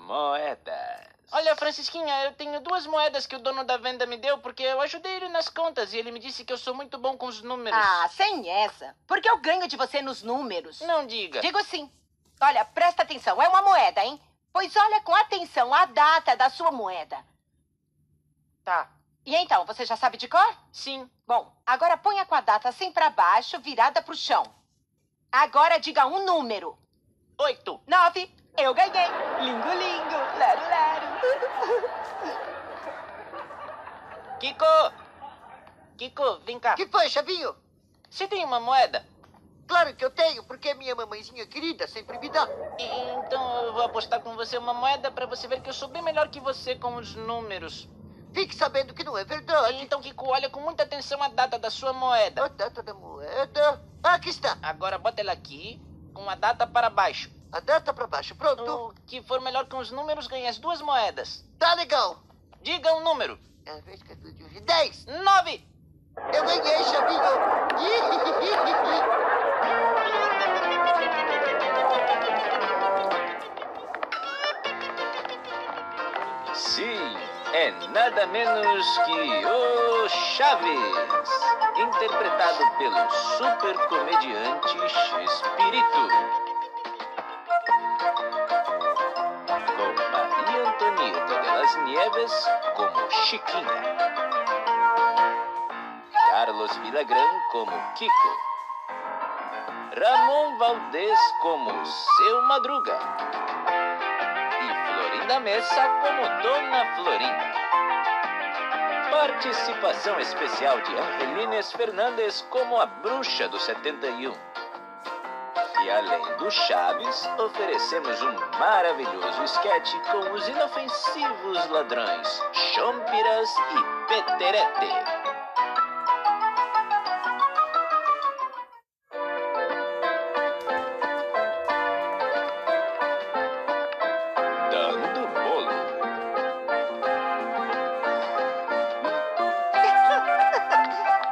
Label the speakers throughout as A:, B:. A: moedas.
B: Olha, Francisquinha, eu tenho duas moedas que o dono da venda me deu porque eu ajudei ele nas contas e ele me disse que eu sou muito bom com os números.
C: Ah, sem essa. Porque eu ganho de você nos números.
B: Não diga.
C: Digo sim. Olha, presta atenção, é uma moeda, hein? Pois olha com atenção a data da sua moeda.
B: Tá.
C: E então, você já sabe de cor?
B: Sim.
C: Bom, agora ponha com a data assim pra baixo, virada pro chão. Agora diga um número.
B: Oito.
C: Nove. Eu ganhei. Lingo, lingo. Lero, lero.
B: Kiko! Kiko, vem cá.
D: Que foi, Chavinho?
B: Você tem uma moeda?
D: Claro que eu tenho, porque minha mamãezinha querida sempre me dá.
B: E- Então eu vou apostar com você uma moeda pra você ver que eu sou bem melhor que você com os números.
D: Fique sabendo que não é verdade.
B: Então, Kiko, olha com muita atenção a data da sua moeda.
D: A data da moeda. Ah, Aqui está.
B: Agora bota ela aqui, com a data para baixo.
D: A data pra baixo. Pronto.
B: O que for melhor com os números ganha as duas moedas.
D: Tá legal.
B: Diga um número.
D: É, vez que eu tô de hoje. Dez.
B: Nove!
D: Eu ganhei, Chavinho.
A: Sim, é nada menos que o Chaves, interpretado pelo super comediante Chespirito. Com Maria Antonieta de las Nieves como Chiquinha. Carlos Villagrán como Kiko. Ramon Valdez como Seu Madruga e Florinda Messa como Dona Florinda. Participação especial de Angelines Fernandes como a Bruxa do 71. E além do Chaves, oferecemos um maravilhoso esquete com os inofensivos ladrões Chompiras e Peterete. Dando bolo.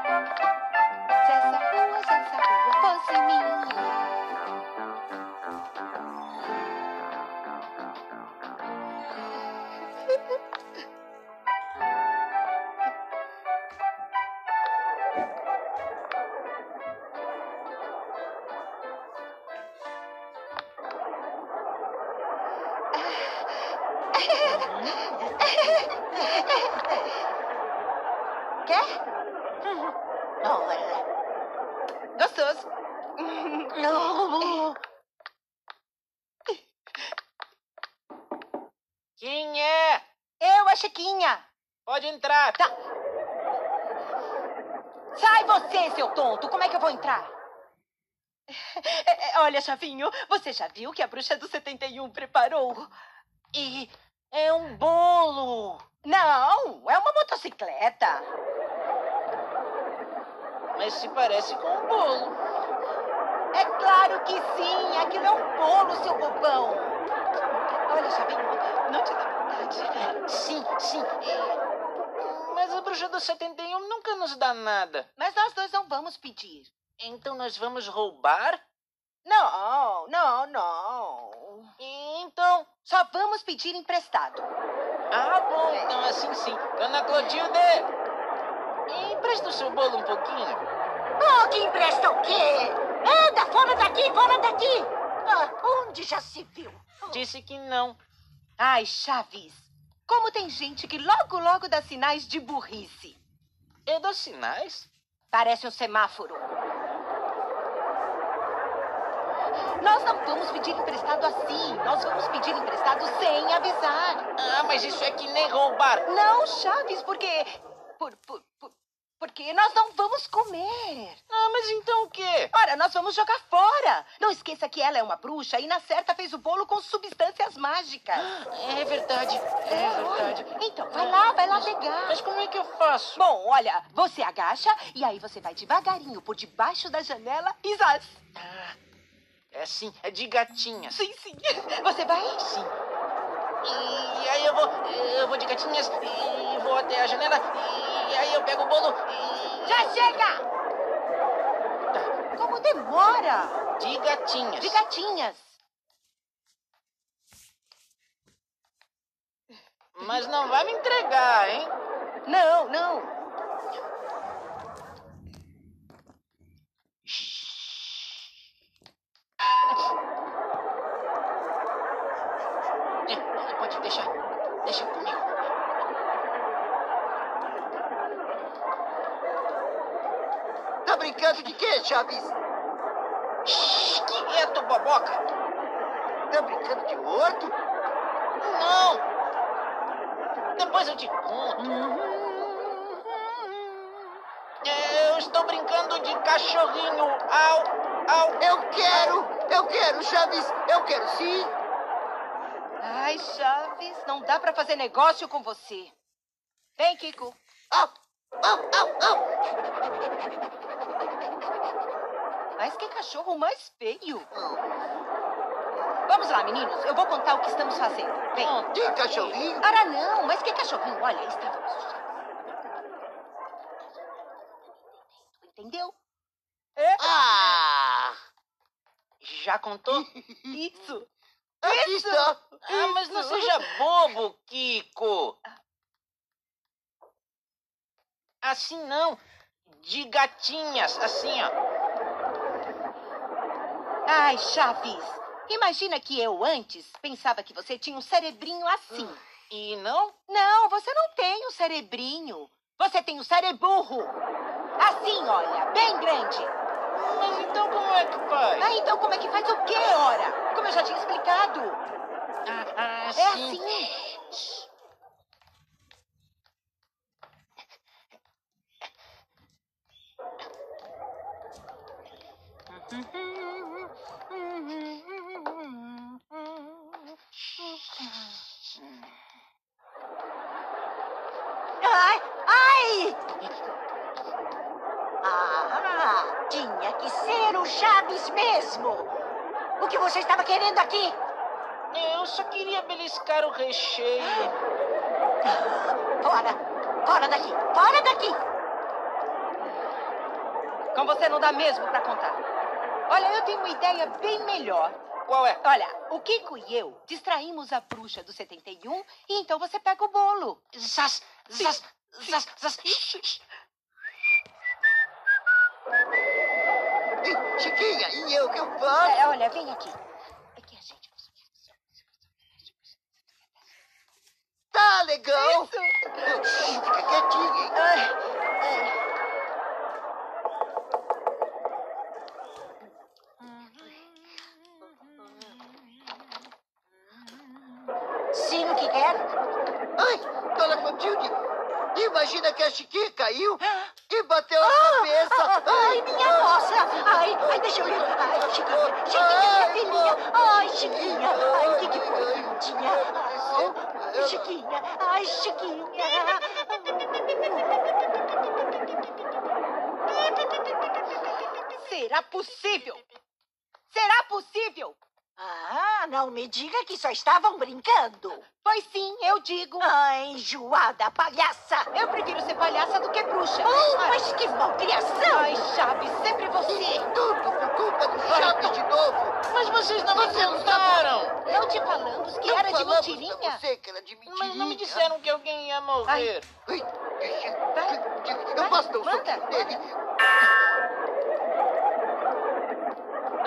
C: Se essa rua, se essa rua fosse minha. Quer?
D: é,
C: Olha. Gostoso.
B: Quem é?
C: Eu, a Chiquinha.
B: Pode entrar.
C: Tá. Sai você, seu tonto. Como é que eu vou entrar? É, é, Olha, Chavinho, você já viu que a bruxa do 71 preparou?
B: E é um bolo.
C: Não, é uma motocicleta.
B: Mas se parece com um bolo.
C: É claro que sim, aquilo é um bolo, seu bobão. Olha, Chavinho, não te dá vontade.
B: Sim, sim. é. Mas a bruxa do 71 nunca nos dá nada.
C: Mas nós dois não vamos pedir.
B: Então nós vamos roubar?
C: Não, não, não.
B: E Então.
C: Só vamos pedir emprestado.
B: Ah, bom, então assim sim. Dona Clotilde! Empresta o seu bolo um pouquinho.
D: Oh, que empresta o quê? Anda, fora daqui, fora daqui. Ah, onde já se viu?
B: Disse que não.
C: Ai, Chaves, como tem gente que logo, logo dá sinais de burrice.
B: Eu dou sinais?
C: Parece um semáforo. Nós não vamos pedir emprestado assim. Nós vamos pedir emprestado sem avisar.
B: Ah, mas isso é que nem roubar.
C: Não, Chaves, porque. Por, por, por- porque nós não vamos comer.
B: Ah, mas então o quê?
C: Ora, nós vamos jogar fora. Não esqueça que ela é uma bruxa e na certa fez o bolo com substâncias mágicas.
B: É verdade, é verdade.
C: Então, vai lá, vai lá pegar.
B: Mas como é que eu faço?
C: Bom, olha, você agacha e aí você vai devagarinho por debaixo da janela e zaz.
B: É assim, é de gatinhas.
C: Sim, sim. Você vai?
B: Sim. E aí eu vou, eu vou de gatinhas e vou até a janela e aí eu pego o bolo e...
C: Já chega! Tá. Como demora!
B: De gatinhas.
C: De gatinhas.
B: mas não vai me entregar, hein?
C: Não, não.
B: É, Pode deixar. Deixa comigo.
D: Tá brincando de quê, Chaves?
B: Shhh, quieto, boboca!
D: Tá brincando de morto?
B: Não! Depois eu te conto. É, Eu estou brincando de cachorrinho. Au, au.
D: Eu quero! Eu quero, Chaves! Eu quero sim!
C: Ai, Chaves, não dá pra fazer negócio com você. Vem, Kiko.
D: Au! Au! Au! Au!
C: Mas que cachorro mais feio. Vamos lá, meninos. Eu vou contar o que estamos fazendo. Vem.
D: De cachorrinho!
C: Ara não, mas que cachorrinho. Olha, estávamos... Entendeu?
D: Ah!
B: Já contou?
C: Isso.
D: Aqui
C: Isso!
D: está!
B: Ah, mas não Ah. seja bobo, Kiko. Assim não. De gatinhas, assim, ó.
C: Ai, Chaves, imagina que eu antes pensava que você tinha um cerebrinho assim.
B: E não?
C: Não, você não tem um cerebrinho. Você tem um cereburro. Assim, olha, bem grande.
B: Mas então como é que faz?
C: Ah, então como é que faz o quê, ora? Como eu já tinha explicado.
B: Ah,
C: É assim.
D: Ai! Ai! Ah! Tinha que ser o Chaves mesmo! O que você estava querendo aqui?
B: Eu só queria beliscar o recheio.
D: Fora! Fora daqui! Fora daqui!
C: Com Então você não dá mesmo pra contar. Olha, eu tenho uma ideia bem melhor.
B: Qual é?
C: Olha, o Kiko e eu distraímos a bruxa do 71 e então você pega o bolo.
B: Zaz, zaz, zaz, zaz.
D: Ei, Chiquinha, e eu que eu faço?
C: É, olha, vem aqui. Aqui a gente.
D: Tá legal!
C: Isso. É,
D: Shh, Fica quietinha, hein?
C: Ai, ai.
D: Sim, o que quer? Ai, dona Clotilde, imagina que a Chiquinha caiu e bateu
B: Ah,
D: a cabeça. Ah. Ai, ah. minha nossa! Ai, ai, deixa eu ir. Ai, Chiquinha, Chiquinha, minha filhinha. Ai, Chiquinha, ai, o que que foi, Chiquinha? Ai, Chiquinha, ai, Chiquinha.
C: Será possível? Será possível?
D: Ah, não me diga que só estavam brincando.
C: Pois sim, eu digo.
D: Ai, enjoada palhaça.
C: Eu prefiro ser palhaça do que bruxa.
D: Ai, mas que malcriação.
C: Ai, Chaves, sempre você.
D: Tudo por culpa do Chaves de novo.
B: Mas vocês não me
D: Você não
B: contaram.
C: Não te falamos que
D: Não
C: era de
D: falamos pra
C: mentirinha?
D: Você que era de mentirinha.
B: Mas não me disseram que alguém ia
D: Ai,
B: morrer.
C: Vai, vai,
D: Eu posso dar um
C: manda,
D: soco nele?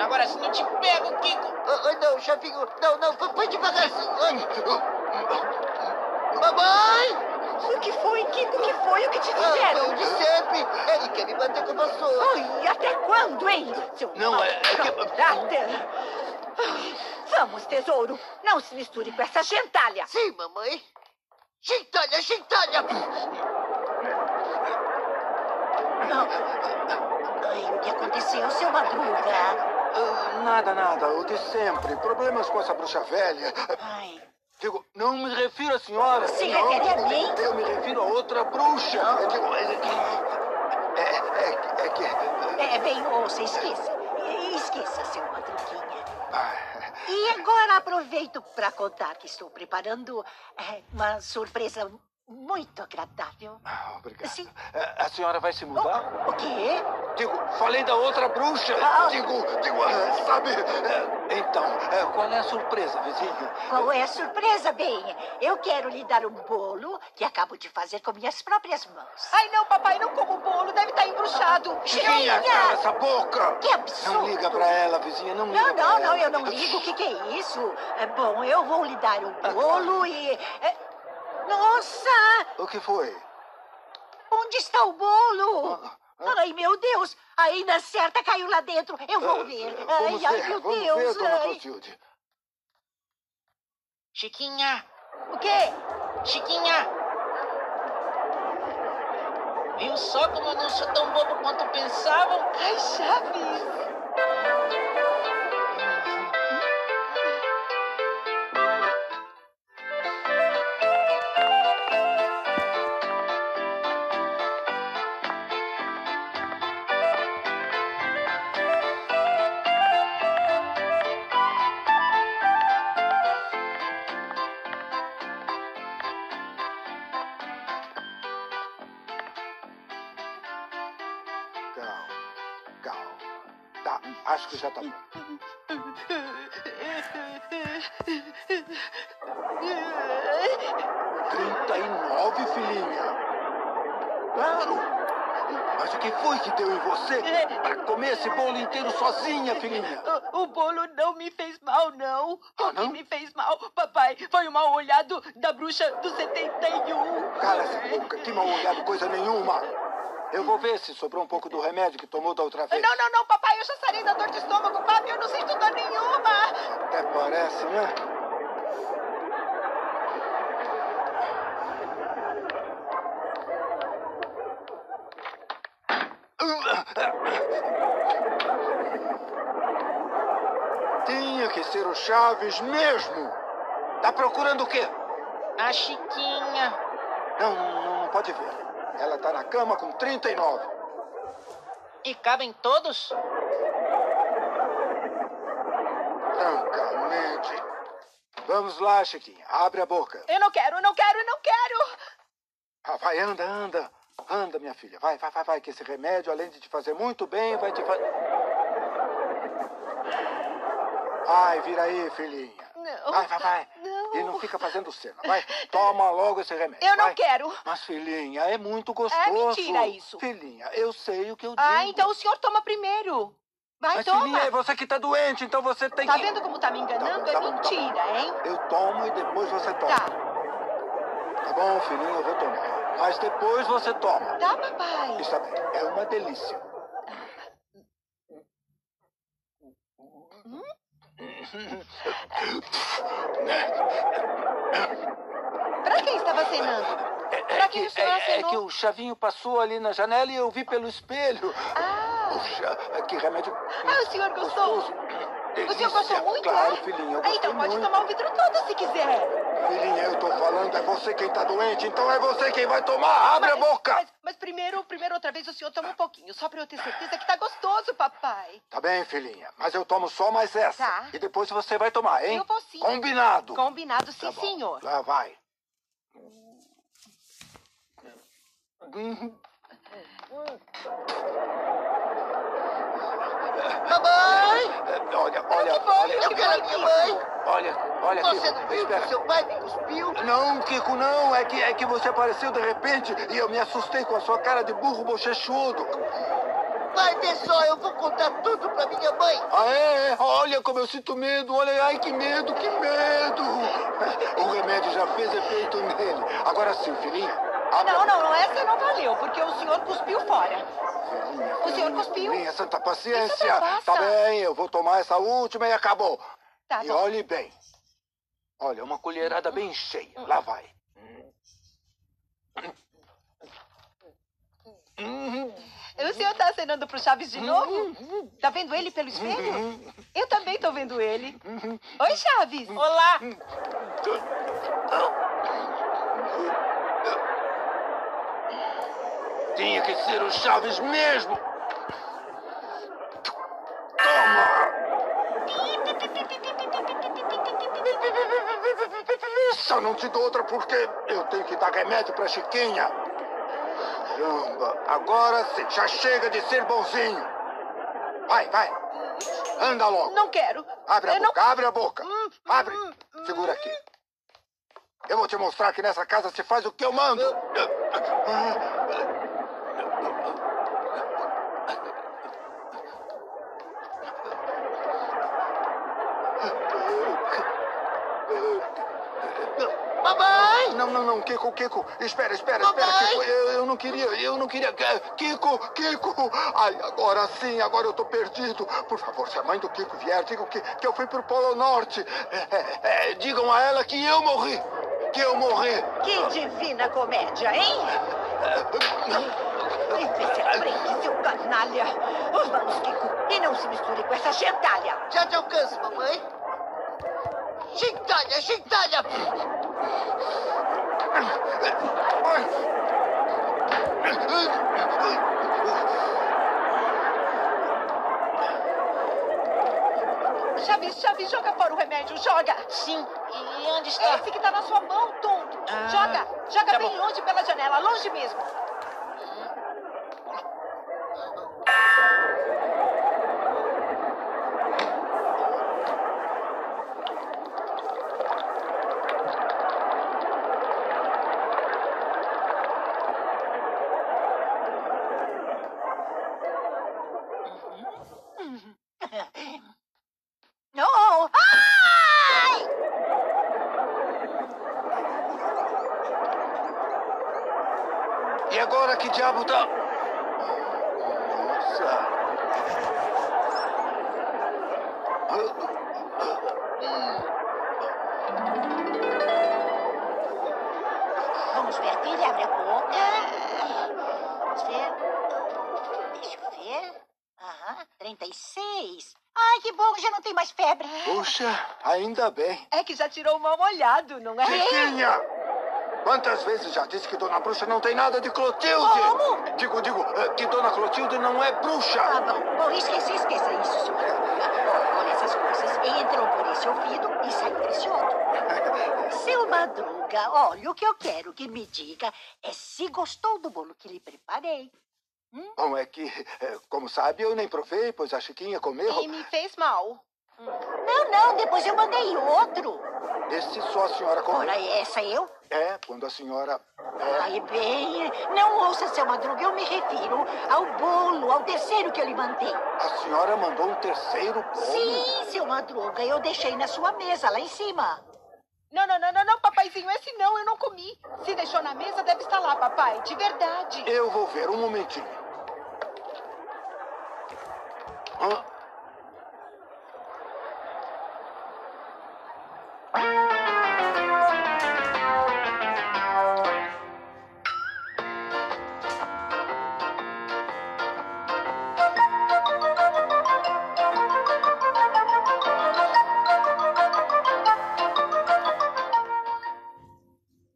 B: Agora sim eu te pego, Kiko.
D: Ah, ah, não, Chavinho. Não, não. Foi foi devagarzinho. Ai. Mamãe!
C: O que foi, Kiko? O que foi? O que te
D: Ah, eu de sempre. Ele quer me bater com a vassoura.
C: Ai, até quando, hein? Seu
A: Não, é- é que-
C: Vamos, tesouro. Não se misture com essa gentalha.
D: Sim, mamãe. Gentalha, gentalha. Ai, o que aconteceu, seu Madruga?
E: Ah, Nada, nada, o de sempre. Problemas com essa bruxa velha.
D: Ai,
E: Digo, não me refiro à senhora.
D: Se
E: não.
D: refere a mim?
E: Eu me refiro a outra bruxa.
D: Ah,
E: Eu digo, é, é, é que.
D: é, bem, ouça, esqueça. Esqueça, seu Madruguinha.
E: ah,
D: E agora aproveito para contar que estou preparando eh, uma surpresa
C: é, Muito agradável.
E: Ah, obrigado.
C: Sim.
E: Eh, A senhora vai se mudar?
C: O quê?
E: Digo, falei da outra bruxa.
C: Ah.
E: Digo, digo, eh, sabe? eh, Então, eh, qual é a surpresa, vizinho?
F: Qual é a surpresa, bem? Eu quero lhe dar um bolo que acabo de fazer com minhas próprias mãos.
C: Ai, não, papai, não como bolo. Deve estar embruxado.
E: Vizinha, cala essa boca!
F: Que absurdo!
E: é, Não liga pra ela, vizinha, não liga
F: Não,
E: pra
F: não,
E: ela.
F: não, eu não ligo. O que, que é isso? É bom, eu vou lhe dar o bolo e. é, Nossa!
E: O que foi?
F: Onde está o bolo?
E: Ah,
F: Ai, meu Deus! Ainda certa caiu lá dentro. Eu
E: Ah,
F: vou ver.
E: Vamos
F: Ai, ai,
E: ver,
F: meu
E: é? vamos
F: Deus!
E: ver, dona
F: ai.
E: Clotilde.
B: Chiquinha,
C: O quê?
B: Chiquinha! Viu só como eu não sou tão bobo quanto pensavam?
C: Ai, Chaves.
E: Calma, calma. Tá, acho que já tá bom. Trinta e nove, filhinha. Claro. Mas o que foi que deu em você pra comer esse bolo inteiro sozinha, filhinha?
C: O- O, bolo não me fez mal, não.
E: Ah,
C: o que
E: não?
C: me fez mal, papai, foi o mau olhado da bruxa do 71.
E: Cala essa boca, que mal olhado coisa nenhuma. Eu vou ver se sobrou um pouco do remédio que tomou da outra vez.
C: Não, não, não, papai, eu já sarei da dor de estômago, papi, eu não sinto dor nenhuma.
E: Até parece, né? Tinha que ser o Chaves mesmo. Tá procurando o quê?
B: A Chiquinha.
E: Não, não, não, não pode ver. Ela tá na cama com 39.
B: E cabem todos?
E: Francamente. Vamos lá, Chiquinha. Abre a boca.
C: Eu não quero, não quero, não quero.
E: Ah, vai, anda, anda. Anda, minha filha. Vai, vai, vai, vai. Que esse remédio, além de te fazer muito bem, vai te fazer. Vai, vira aí, filhinha.
C: Não.
E: Vai, vai, vai.
C: Não.
E: E não fica fazendo cena. Vai, toma logo esse remédio.
C: Eu não
E: vai.
C: quero.
E: Mas, filhinha, é muito gostoso.
C: mentira isso.
E: Filhinha, eu sei o que eu digo.
C: Ah, então o senhor toma primeiro. Vai,
E: Mas,
C: toma.
E: filhinha, é você que tá doente, então você tem
C: Tá
E: que...
C: vendo como tá me enganando?
E: Tá bom, tá
C: é
E: bom, tá bom.
C: mentira, hein?
E: Eu tomo e depois você toma.
C: Tá,
E: Tá bom, filhinho, eu vou tomar. Mas depois você toma.
C: tá, papai.
E: Está bem, é uma delícia.
C: Pra quem estava cenando? Pra quem o senhor
E: É, é
C: acenou?
E: que o chavinho passou ali na janela e eu vi pelo espelho.
C: Ah,
E: Puxa, que remédio
C: ah, o senhor gostou?
E: gostoso.
C: O
E: Delícia.
C: senhor gostou muito,
E: Claro,
C: é?
E: filhinha, eu
C: Ah, então
E: gostei
C: pode
E: muito.
C: tomar o vidro todo se quiser.
E: Filhinha, eu tô falando, é você quem tá doente, então é você quem vai tomar. Abre a boca.
C: Mas, mas primeiro, primeiro outra vez o senhor toma um pouquinho, só pra eu ter certeza que tá gostoso, papai.
E: Tá bem, filhinha, mas eu tomo só mais essa.
C: Tá.
E: E depois você vai tomar, hein?
C: Eu vou sim.
E: Combinado.
C: Combinado, sim,
E: Tá bom.
C: senhor.
E: Lá vai.
D: Mamãe!
E: É, Olha, olha, olha,
D: Eu quero a minha mãe!
E: olha, olha,
D: Você
E: Kiko,
D: não viu
E: espera.
D: que seu pai me cuspiu?
E: Não, Kiko, não. É que, é que você apareceu de repente e eu me assustei com a sua cara de burro bochechudo.
D: Vai ver só, eu vou contar tudo pra minha mãe!
E: Ah, é, é, olha como eu sinto medo. Olha, ai, que medo, que medo. O remédio já fez efeito nele. Agora sim, filhinha. abre a
C: Não, não, não, essa não valeu, porque o senhor cuspiu fora. O senhor cuspiu.
E: Minha santa
C: Isso
E: paciência.
C: não passa.
E: Tá bem, eu vou tomar essa última e acabou.
C: Tá
E: e
C: bom.
E: olhe bem. Olha, uma colherada bem cheia. Lá vai.
C: O senhor tá acenando pro Chaves de novo? Tá vendo ele pelo espelho? Eu também tô vendo ele. Oi, Chaves.
B: Olá!
E: Tinha que ser o Chaves mesmo. Toma! Só não te dou outra porque eu tenho que dar remédio pra Chiquinha. Caramba, agora sim, já chega de ser bonzinho. Vai, vai. Anda logo.
G: Não quero.
E: Abre a
G: Eu não-
E: boca, abre a boca.
G: Hum,
E: Abre.
G: hum, hum.
E: Segura aqui. Eu vou te mostrar que nessa casa se faz o que eu mando.
H: Mamãe!
E: Não, não, não, Kiko, Kiko, espera, espera,
H: Papai!
E: espera, Kiko, eu, eu não queria, eu não queria, eh, Kiko, Kiko, ai, agora sim, agora eu tô perdido, por favor, se a mãe do Kiko vier, digam que, que eu fui pro Polo Norte, É, é, é, digam a ela que eu morri, que eu morri.
C: Que divina comédia, hein? Nem você aprende, seu canalha. Vamos, Kiko, e não se misture com essa gentalha.
H: Já te alcanço, mamãe. Gentalha, gentalha!
G: Chaves, Chaves, joga fora o remédio, joga!
B: Sim, e onde está?
G: Esse que tá na sua mão, tonto!
B: Ah,
G: joga! Joga
B: tá
G: bem
B: bom.
G: longe pela janela, longe mesmo!
C: Não! Ai!
E: E agora que diabo tá... Nossa...
C: Vamos ver, filha, abre a boca. Vamos ver. Deixa eu ver. Aham, 36. Ai, que bom, já não tem mais febre.
E: Puxa, ainda bem.
G: É que já tirou o mal molhado, não é?
E: Chiquinha! Quantas vezes já disse que Dona Bruxa não tem nada de Clotilde?
C: Como?
E: Digo, digo, eh, que Dona Clotilde não é bruxa.
C: Ah, bom, bom, esqueça, esqueça isso, senhor. Olha, essas coisas entram por esse ouvido e saem por esse outro. Seu Madruga, olha, o que eu quero que me diga é se gostou do bolo que lhe preparei.
E: Bom, é que, eh, como sabe, eu nem provei, pois a Chiquinha
G: E
E: comeu.
G: me fez mal.
C: Não, não, depois eu mandei outro.
E: Esse só a senhora comeu.
C: Ora, essa eu?
E: É, quando a senhora...
C: Ai, bem, não ouça, seu Madruga, eu me refiro ao bolo, ao terceiro que eu lhe mandei.
E: A senhora mandou um terceiro bolo.
C: Sim, seu Madruga, eu deixei na sua mesa, lá em cima.
G: Não, não, não, não, não, papaizinho, esse não, eu não comi. Se deixou na mesa, deve estar lá, papai, de verdade.
E: Eu vou ver, um momentinho. Hã?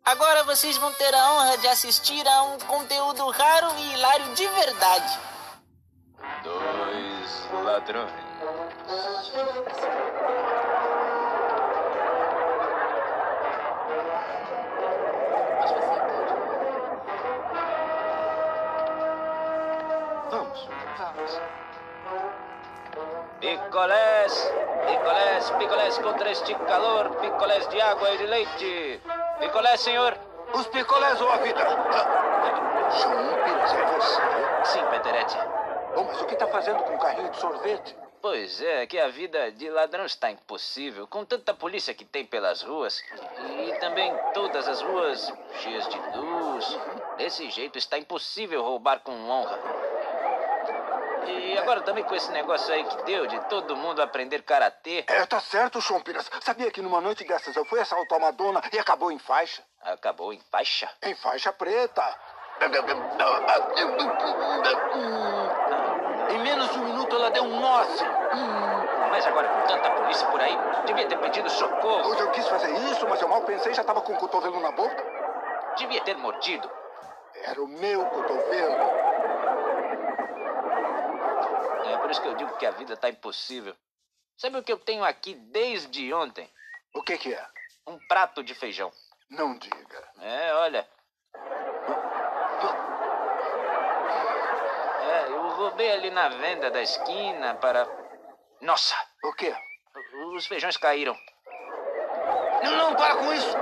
B: Agora vocês vão ter a honra de assistir a um conteúdo raro e hilário de verdade.
A: Dois ladrões.
E: Vamos.
A: Picolés, picolés, picolés contra este calor, picolés de água e de leite. Picolés, senhor.
E: Os picolés ou a vida? Ah, João Pires, é você?
A: Sim, Peterete.
E: Bom, mas o que tá fazendo com o carrinho de sorvete?
A: Pois é, que a vida de ladrão está impossível, com tanta polícia que tem pelas ruas e também todas as ruas cheias de luz. Desse jeito está impossível roubar com honra. E agora também com esse negócio aí que deu de todo mundo aprender karatê,
E: É, tá certo, João Pires. Sabia que numa noite dessas eu fui assaltar uma dona e acabou em faixa?
A: acabou em faixa.
E: Em faixa preta. Em menos de um minuto ela deu um nó assim.
A: Hum, Mas agora com tanta polícia por aí, devia ter pedido socorro.
E: Hoje eu quis fazer isso, mas eu mal pensei, já tava com o cotovelo na boca.
A: Devia ter mordido.
E: Era o meu cotovelo.
A: É por isso que eu digo que a vida tá impossível. Sabe o que eu tenho aqui desde ontem?
E: O que que é?
A: um prato de feijão.
E: Não diga.
A: É, olha. É, eu roubei ali na venda da esquina para. Nossa,
E: O quê?
A: os feijões caíram.
E: Não, não, para com isso!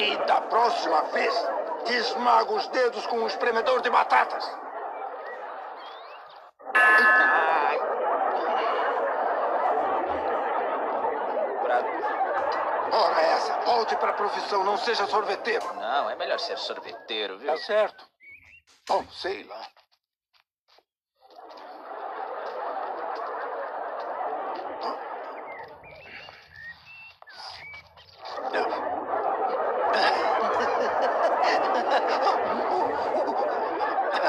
E: E da próxima vez, te esmago os dedos com um espremedor de batatas.
A: Ai. Prato.
E: Ora essa, volte para a profissão, não seja sorveteiro.
A: Não, é melhor ser sorveteiro, viu?
E: Tá certo. Bom, sei lá.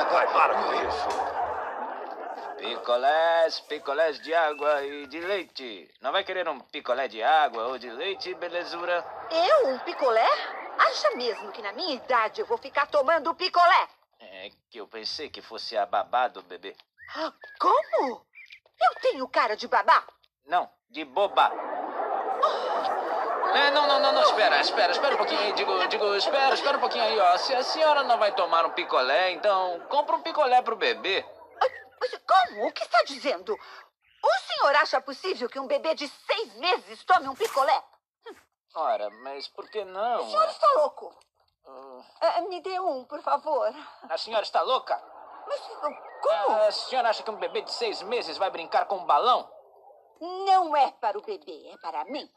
E: Vai, para com isso.
A: Picolés, picolés de água e de leite. Não vai querer um picolé de água ou de leite, belezura?
C: Eu, um picolé? Acha mesmo que na minha idade eu vou ficar tomando picolé?
A: É que eu pensei que fosse a babá do bebê.
C: Ah, Como? Eu tenho cara de babá?
A: Não, de boba. É, não, não, não, não, espera, espera, espera um pouquinho aí. Digo, digo, espera, espera um pouquinho aí, ó. Se a senhora não vai tomar um picolé, então compra um picolé pro bebê.
C: Mas como? O que está dizendo? O senhor acha possível que um bebê de seis meses tome um picolé?
A: Ora, mas por que
C: O
A: não?
C: senhor está louco.
A: Ah,
C: Ah, me dê um, por favor.
A: A senhora está louca?
C: Mas como?
A: A senhora acha que um bebê de seis meses vai brincar com um balão?
C: Não é para o bebê, é para mim.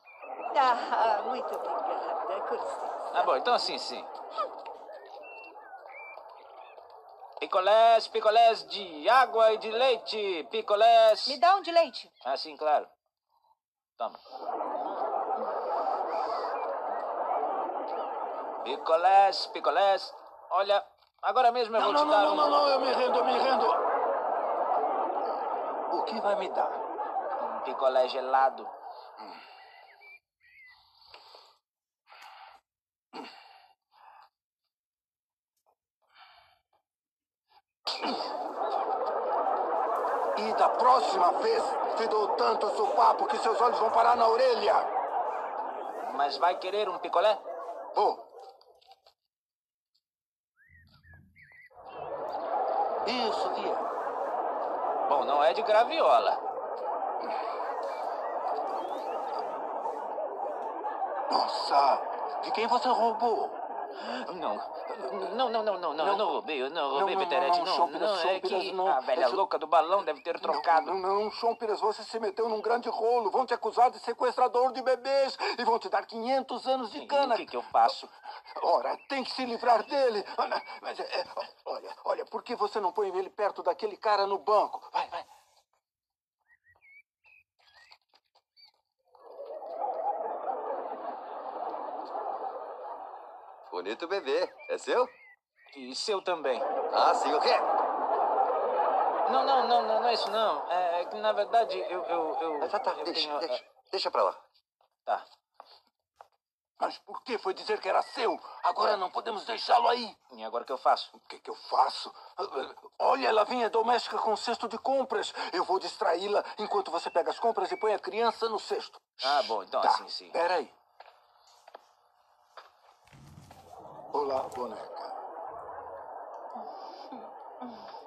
C: Ah, muito obrigada. Com licença.
A: Ah, bom, então assim sim. Picolés, picolés de água e de leite. Picolés.
C: Me dá um de leite.
A: Ah, sim, claro. Toma. Picolés, picolés. Olha, agora mesmo eu
E: Não,
A: vou
E: não,
A: te dar
E: não, não, não,
A: um.
E: não, eu me rendo, eu me rendo. O que vai me dar?
A: Um picolé gelado.
E: E da próxima vez, te dou tanto sopapo que seus olhos vão parar na orelha.
A: Mas vai querer um picolé?
E: Vou. Isso, tia.
A: Bom, não é de graviola.
E: Nossa, de quem você roubou?
A: Não. Não, não, não, não, não. Eu não roubei, eu não roubei,
E: não, não, não,
A: Peterete. Não, não,
E: Chompiras,
A: é
E: Chompiras,
A: que
E: não.
A: a velha
E: Esse-
A: louca do balão deve ter trocado.
E: Não, não, Chompiras, você se meteu num grande rolo. Vão te acusar de sequestrador de bebês e vão te dar 500 anos de
A: E
E: cana.
A: o que que eu faço?
E: Ora, tem que se livrar dele. Olha, Mas, é, é, olha, olha, por que você não põe ele perto daquele cara no banco? Vai, vai.
I: Bonito bebê. É seu?
A: E seu também.
I: Ah, sim, o quê?
A: Não, não, não, não, não é isso não. É, é que na verdade eu. eu, eu
I: Ah, tá, tá.
A: eu
I: Deixa,
A: tenho, é,
I: deixa. Deixa pra lá.
A: Tá.
E: Mas por que foi dizer que era seu? Agora não podemos deixá-lo aí.
A: E agora o que eu faço?
E: O que, que eu faço? Olha, ela vinha doméstica com um cesto de compras. Eu vou distraí-la enquanto você pega as compras e põe a criança no cesto.
A: Ah, bom, então
E: tá,
A: assim sim.
E: peraí. Olá, boneca.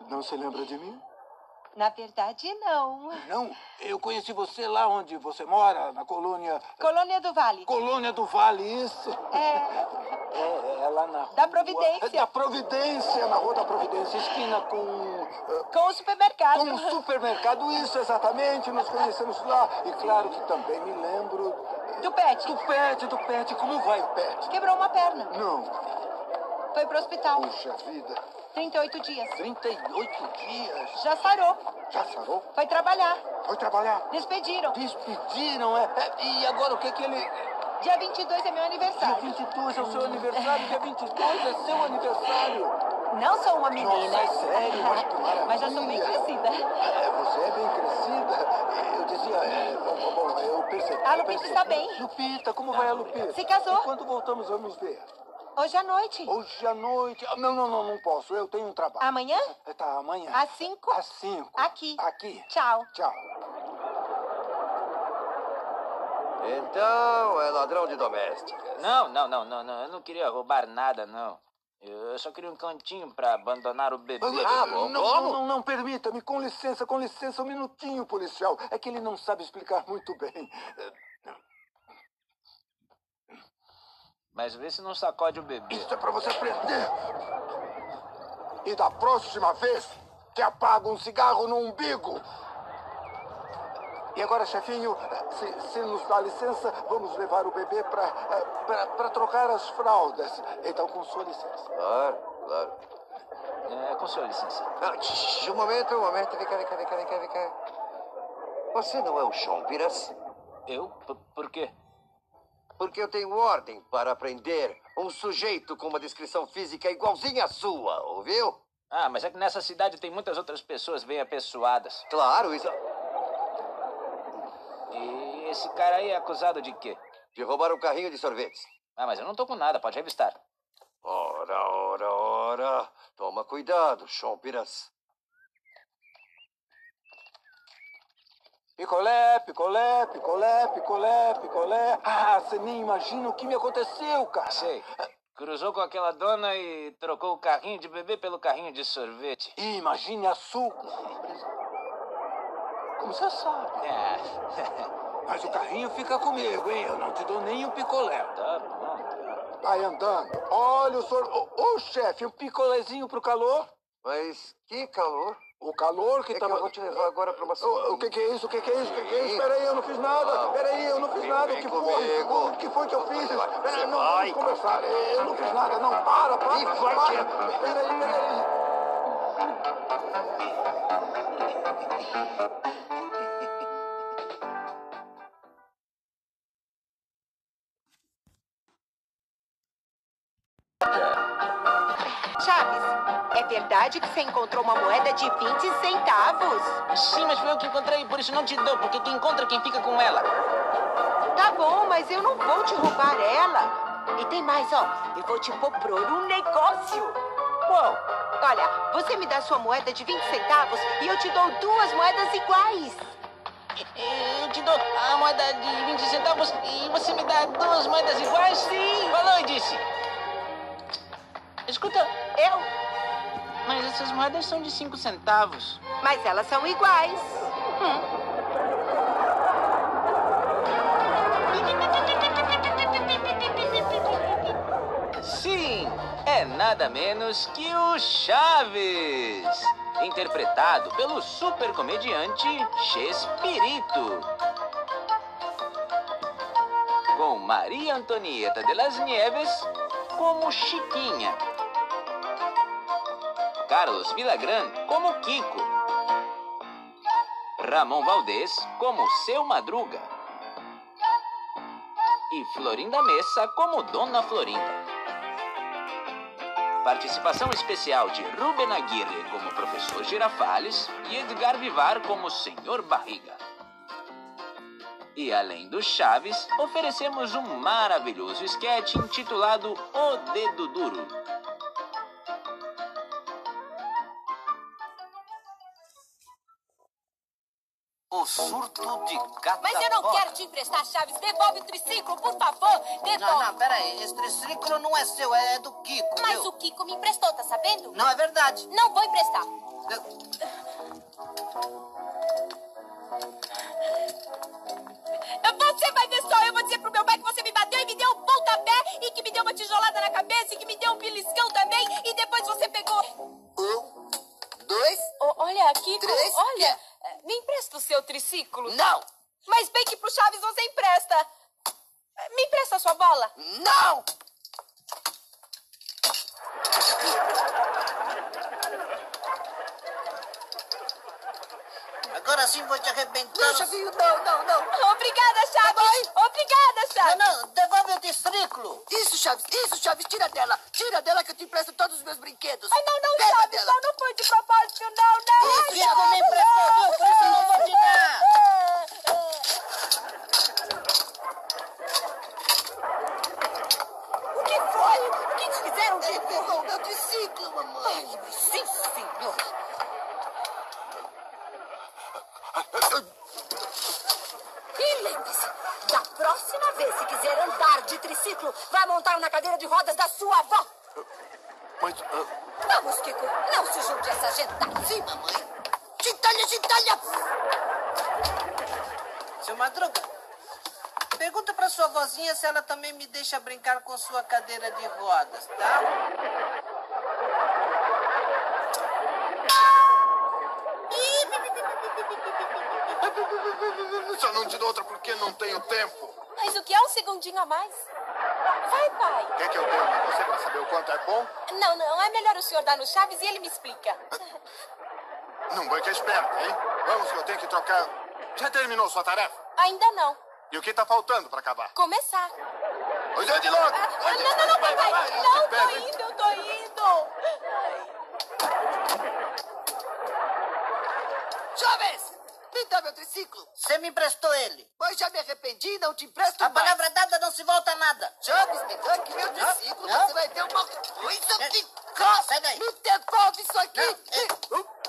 E: Não se lembra de mim?
C: Na verdade, não.
E: Não, eu conheci você lá onde você mora, na colônia...
C: Colônia do Vale.
E: Colônia do Vale, isso.
C: É,
E: É, é lá na
C: Da
E: rua-
C: Providência.
E: Da Providência, na Rua da Providência, esquina com... eh,
C: com o supermercado.
E: Como supermercado, isso exatamente, nos conhecemos lá. E claro que também me lembro.
C: Do pet.
E: Do Pet, do Pet, como vai o Pet?
C: Quebrou uma perna.
E: Não,
C: Foi pro hospital.
E: puxa vida,
C: 38 dias.
E: 38 dias.
C: Já sarou.
E: Já sarou?
C: Foi trabalhar.
E: Foi trabalhar?
C: Despediram.
E: Despediram, é? é, E agora o que que ele.
C: Dia 22 é meu
E: Dia
C: aniversário.
E: 22 é o seu aniversário, dia 22 é seu aniversário.
C: Não sou uma menina.
E: Nossa, é sério, mas que maravilha.
C: Mas já sou bem crescida.
E: É, você é bem crescida. Eu dizia, é, bom, bom, bom, eu percebi.
C: A Ah, Lupita
E: percebi.
C: está bem.
E: Lupita, como vai a Lupita?
C: Se casou.
E: E quando voltamos, vamos ver.
C: Hoje à noite.
E: Hoje à noite. Ah, Não, não, não, não posso. Eu tenho um trabalho.
C: Amanhã?
E: É, Tá, amanhã.
C: Às cinco?
E: Às cinco.
C: Aqui.
E: Aqui.
C: Tchau.
E: Tchau.
I: Então, é ladrão de domésticas.
A: Não, não, não, não, não. Eu não queria roubar nada, não. Eu só queria um cantinho pra abandonar o bebê.
I: Ah, bom,
E: não, não,
I: como?
E: não, não, permita-me, com licença, com licença, um minutinho, policial. É que ele não sabe explicar muito bem.
A: Mas vê se não sacode o bebê.
E: Isso é pra você prender. E da próxima vez, te apago um cigarro no umbigo. E agora, chefinho, se, se nos dá licença, vamos levar o bebê pra, eh, pra, pra trocar as fraldas. Então, com sua licença.
I: Claro, claro.
A: É, com sua licença.
I: Ah, tch, tch, um momento, um momento. Vem cá, vem cá, vem cá, vem cá, vem cá. Você não é o Chompiras?
A: Eu? P- por quê?
I: Porque eu tenho ordem para prender um sujeito com uma descrição física igualzinha à sua, ouviu?
A: Ah, mas é que nessa cidade tem muitas outras pessoas bem apessoadas.
I: Claro, isso.
A: E esse cara aí é acusado de quê?
I: De roubar um carrinho de sorvetes.
A: Ah, mas eu não tô com nada, pode revistar.
I: Ora, ora, ora. Toma cuidado, Chompiras.
E: Picolé, picolé, picolé, picolé, picolé. Ah, você nem imagina o que me aconteceu, cara.
A: Sei. Cruzou com aquela dona e trocou o carrinho de bebê pelo carrinho de sorvete.
E: E imagine a sua. Como você sabe.
A: Ah,
E: Mas o carrinho fica comigo, hein? Eu não te dou nem o picolé.
A: tá bom.
E: Vai andando. Olha o sor... Ô, ô, chefe, um picolézinho pro calor.
I: Mas que calor.
E: O calor que
I: É que
E: tava...
I: eu vou te levar agora pra uma Ah,
E: Ô, O que que é isso? O que que é isso? O que que é isso? Peraí, eu não fiz nada. Peraí, eu não fiz
I: Vem,
E: nada. O
I: vem
E: que
I: comigo.
E: foi? O que foi que eu fiz?
I: Você vai,
E: Peraí,
I: você
E: não,
I: vai.
E: vamos conversar. Eu não fiz nada, não. Para,
I: Ih,
E: para,
I: vai
E: para.
I: que-
E: Peraí, peraí.
C: Chaves, é verdade que você encontrou uma moeda de 20 centavos?
B: Sim, mas foi eu que encontrei, por isso não te dou, porque quem encontra é quem fica com ela.
C: Tá bom, mas eu não vou te roubar ela. E tem mais, ó. Eu vou te propor um negócio. Uou! Olha, você me dá sua moeda de 20 centavos e eu te dou duas moedas iguais.
B: Eu te dou a moeda de 20 centavos e você me dá duas moedas iguais? Sim! Falou e disse! Escuta,
C: Eu?
B: mas essas moedas são de 5 centavos.
C: Mas elas são iguais.
A: Sim, é nada menos que o Chaves. Interpretado pelo super comediante Chespirito. Com Maria Antonieta de las Nieves como Chiquinha. Carlos Vilagran como Kiko. Ramon Valdez como Seu Madruga. E Florinda Messa como Dona Florinda. Participação especial de Ruben Aguirre como professor Girafales e Edgar Vivar como senhor Barriga. E além do Chaves, oferecemos um maravilhoso esquete intitulado O Dedo Duro. O surto de cataplana.
D: Tá
C: te emprestar chaves. Devolve o triciclo, por favor.
D: Não, não, peraí. Esse triciclo não é seu, é do Kiko. meu.
C: Kiko me emprestou, tá sabendo?
D: Não é verdade.
C: Não vou emprestar. Você vai ver só, eu vou dizer pro meu pai que você me bateu e me deu um pontapé e que me deu uma tijolada na cabeça e que me deu um beliscão também e depois você pegou...
D: Um, dois,
C: Ô, olha, Kiko,
D: Três?
C: olha, Eh, me empresta o seu triciclo.
D: não,
C: Mas bem que pro Chaves você empresta. Me empresta a sua bola.
D: não! Agora sim vou te arrebentar. Deixa, filho, não, não, não.
C: Obrigada,
D: Tá
C: Chaves. Obrigada, Chaves.
D: Ah, Não, não, devolve o triciclo. Isso, Chaves, isso, Chaves, tira dela. Tira dela que eu te empresto todos os meus brinquedos.
C: Ai, não, não,
D: Pega
C: Chaves,
D: dela.
C: só não foi de propósito, não, não.
D: Isso, isso, me emprestou, viu? Por isso eu não vou te dar.
C: O que foi? O que
G: meu mamãe. Sim, senhor. E lembre-se, da próxima vez se quiser andar de triciclo, vai montar na cadeira de rodas da sua avó.
J: Mas. ah,
G: Vamos, Kiko, não se junte a essa gentalha.
D: Sim, mamãe. Gentalha, gentalha.
K: Seu Madruga, pergunta pra sua vozinha se ela também me deixa brincar com sua cadeira de rodas, tá?
J: Só não te dou outra porque não tenho tempo.
G: Mas o que é um segundinho a mais? Vai, pai.
J: Quer que eu dê uma pra você pra saber o quanto é bom?
G: Não, não, é melhor o senhor dar no Chaves e ele me explica.
J: Não banca esperto, hein? Vamos que eu tenho que trocar. Já terminou sua tarefa?
G: Ainda não.
J: E o que tá faltando pra acabar?
G: Começar.
J: Hoje é de logo!
G: Ah,
J: Hoje
G: não, não, não,
J: vai,
G: papai.
J: vai, vai.
G: Não, tô
J: Pega, hein?
G: indo, eu tô indo.
D: Jovens, me dá meu triciclo.
K: Então, Você me emprestou ele.
D: Mas já me arrependi, não te empresto
K: A
D: mais.
K: palavra dada não se volta a nada.
D: Jovens, me dá aqui meu triciclo.
K: Não, não.
D: Você vai ver uma coisa
K: É,
D: que coça.
K: sai daí.
D: Me devolve isso aqui.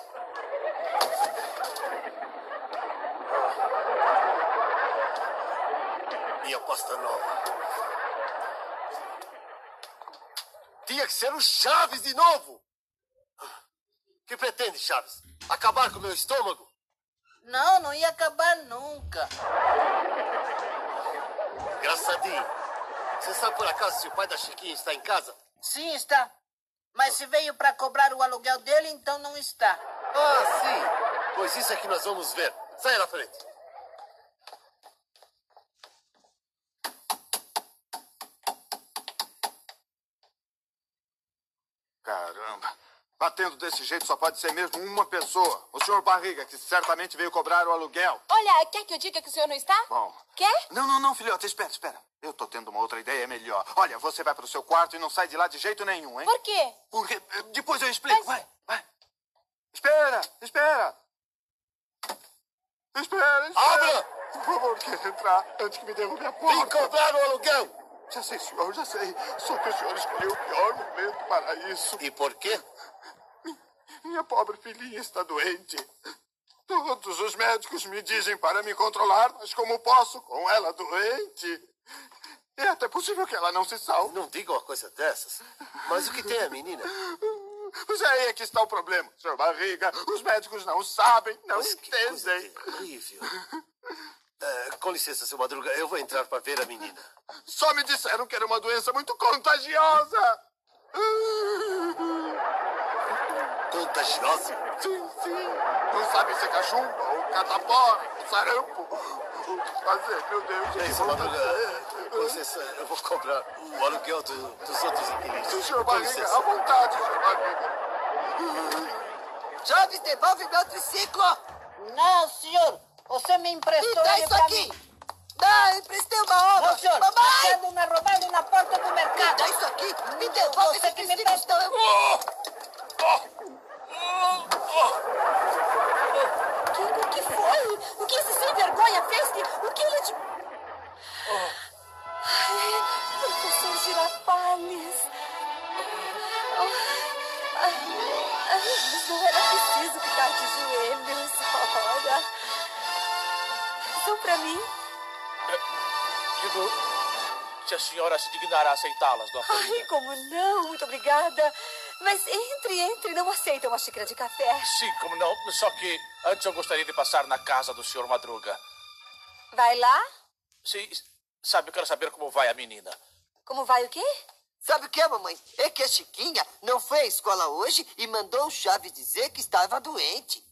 J: Minha aposta nova. Tinha que ser o Chaves de novo! O que pretende, Chaves? Acabar com o meu estômago?
K: Não, não ia acabar nunca.
J: Engraçadinho. Você sabe por acaso se o pai da Chiquinha está em casa?
K: Sim, está. Mas se veio pra cobrar o aluguel dele, então não está.
J: Ah, sim! Pois isso é que nós vamos ver. Saia da frente. Caramba! Batendo desse jeito só pode ser mesmo uma pessoa. O senhor Barriga, que certamente veio cobrar o aluguel.
G: Olha, quer que eu diga que o senhor não está?
J: Bom.
G: Quer?
J: Não, não, não, filhota, espera, espera. Eu tô tendo uma outra ideia melhor. Olha, você vai pro seu quarto e não sai de lá de jeito nenhum, hein?
G: Por quê?
J: Porque eh, depois eu explico.
G: Mas-
J: Vai, vai. Espera, espera. Espera, espera.
L: Abra!
J: Por favor, quero entrar antes que me derrube a porta.
L: Vim cobrar o aluguel!
J: Já sei, senhor, já sei. Só que o senhor escolheu o pior momento para isso.
L: E por quê?
J: Minha pobre filhinha está doente. Todos os médicos me dizem para me controlar, mas como posso com ela doente? É até possível que ela não se salve.
L: Não diga uma coisa dessas. Mas o que tem a menina?
J: Mas aí é que está o problema, senhor Barriga. Os médicos não sabem, não
L: Mas que coisa
J: entendem.
L: terrível. Ah, com licença, seu Madruga, eu vou entrar para ver a menina.
J: Só me disseram que era uma doença muito contagiosa.
L: Contagiosa?
J: Sim, sim. Não sabe se é cachumba ou catapora, ou sarampo. O que fazer, meu Deus?
L: Ei,
J: que
L: seu
J: vontade.
L: Madruga, ah, com licença, eu vou cobrar o aluguel do- dos outros inquilinos.
J: Sim, senhor
L: Com
J: Barriga,
L: licença.
J: à vontade, senhor Barriga.
D: Jovens, devolve meu triciclo.
K: é. Não, senhor. Você me
D: Me
K: emprestou
C: Então
D: dá
K: ele
D: isso
K: pra
D: aqui!
K: mim.
D: Dá, emprestei uma obra!
K: Não, senhor. Você
D: Mamãe!
K: é uma roubada na porta do
D: Me
K: mercado.
C: Então,
D: dá isso aqui! Me devolve
K: Você
D: esse
K: que me
D: triciclo, senão eu...
G: Kiko, o que foi? O que esse sem vergonha fez? O que ele te... Ai, professor Girafales. Ai, ai, mas não era preciso ficar de joelhos. Ora. São pra mim?
M: É, Digo, se a senhora se dignará a aceitá-las, dona Florinda.
G: Ai, como não? Muito obrigada. Mas entre, entre. Não aceitam uma xícara de café.
M: Sim, como não. Só que antes eu gostaria de passar na casa do senhor Madruga.
G: Vai lá?
M: Sim, sabe, eu quero saber como vai a menina.
G: Como vai o quê?
D: Sabe o que é, mamãe? É que a Chiquinha não foi à escola hoje e mandou o Chaves dizer que estava doente.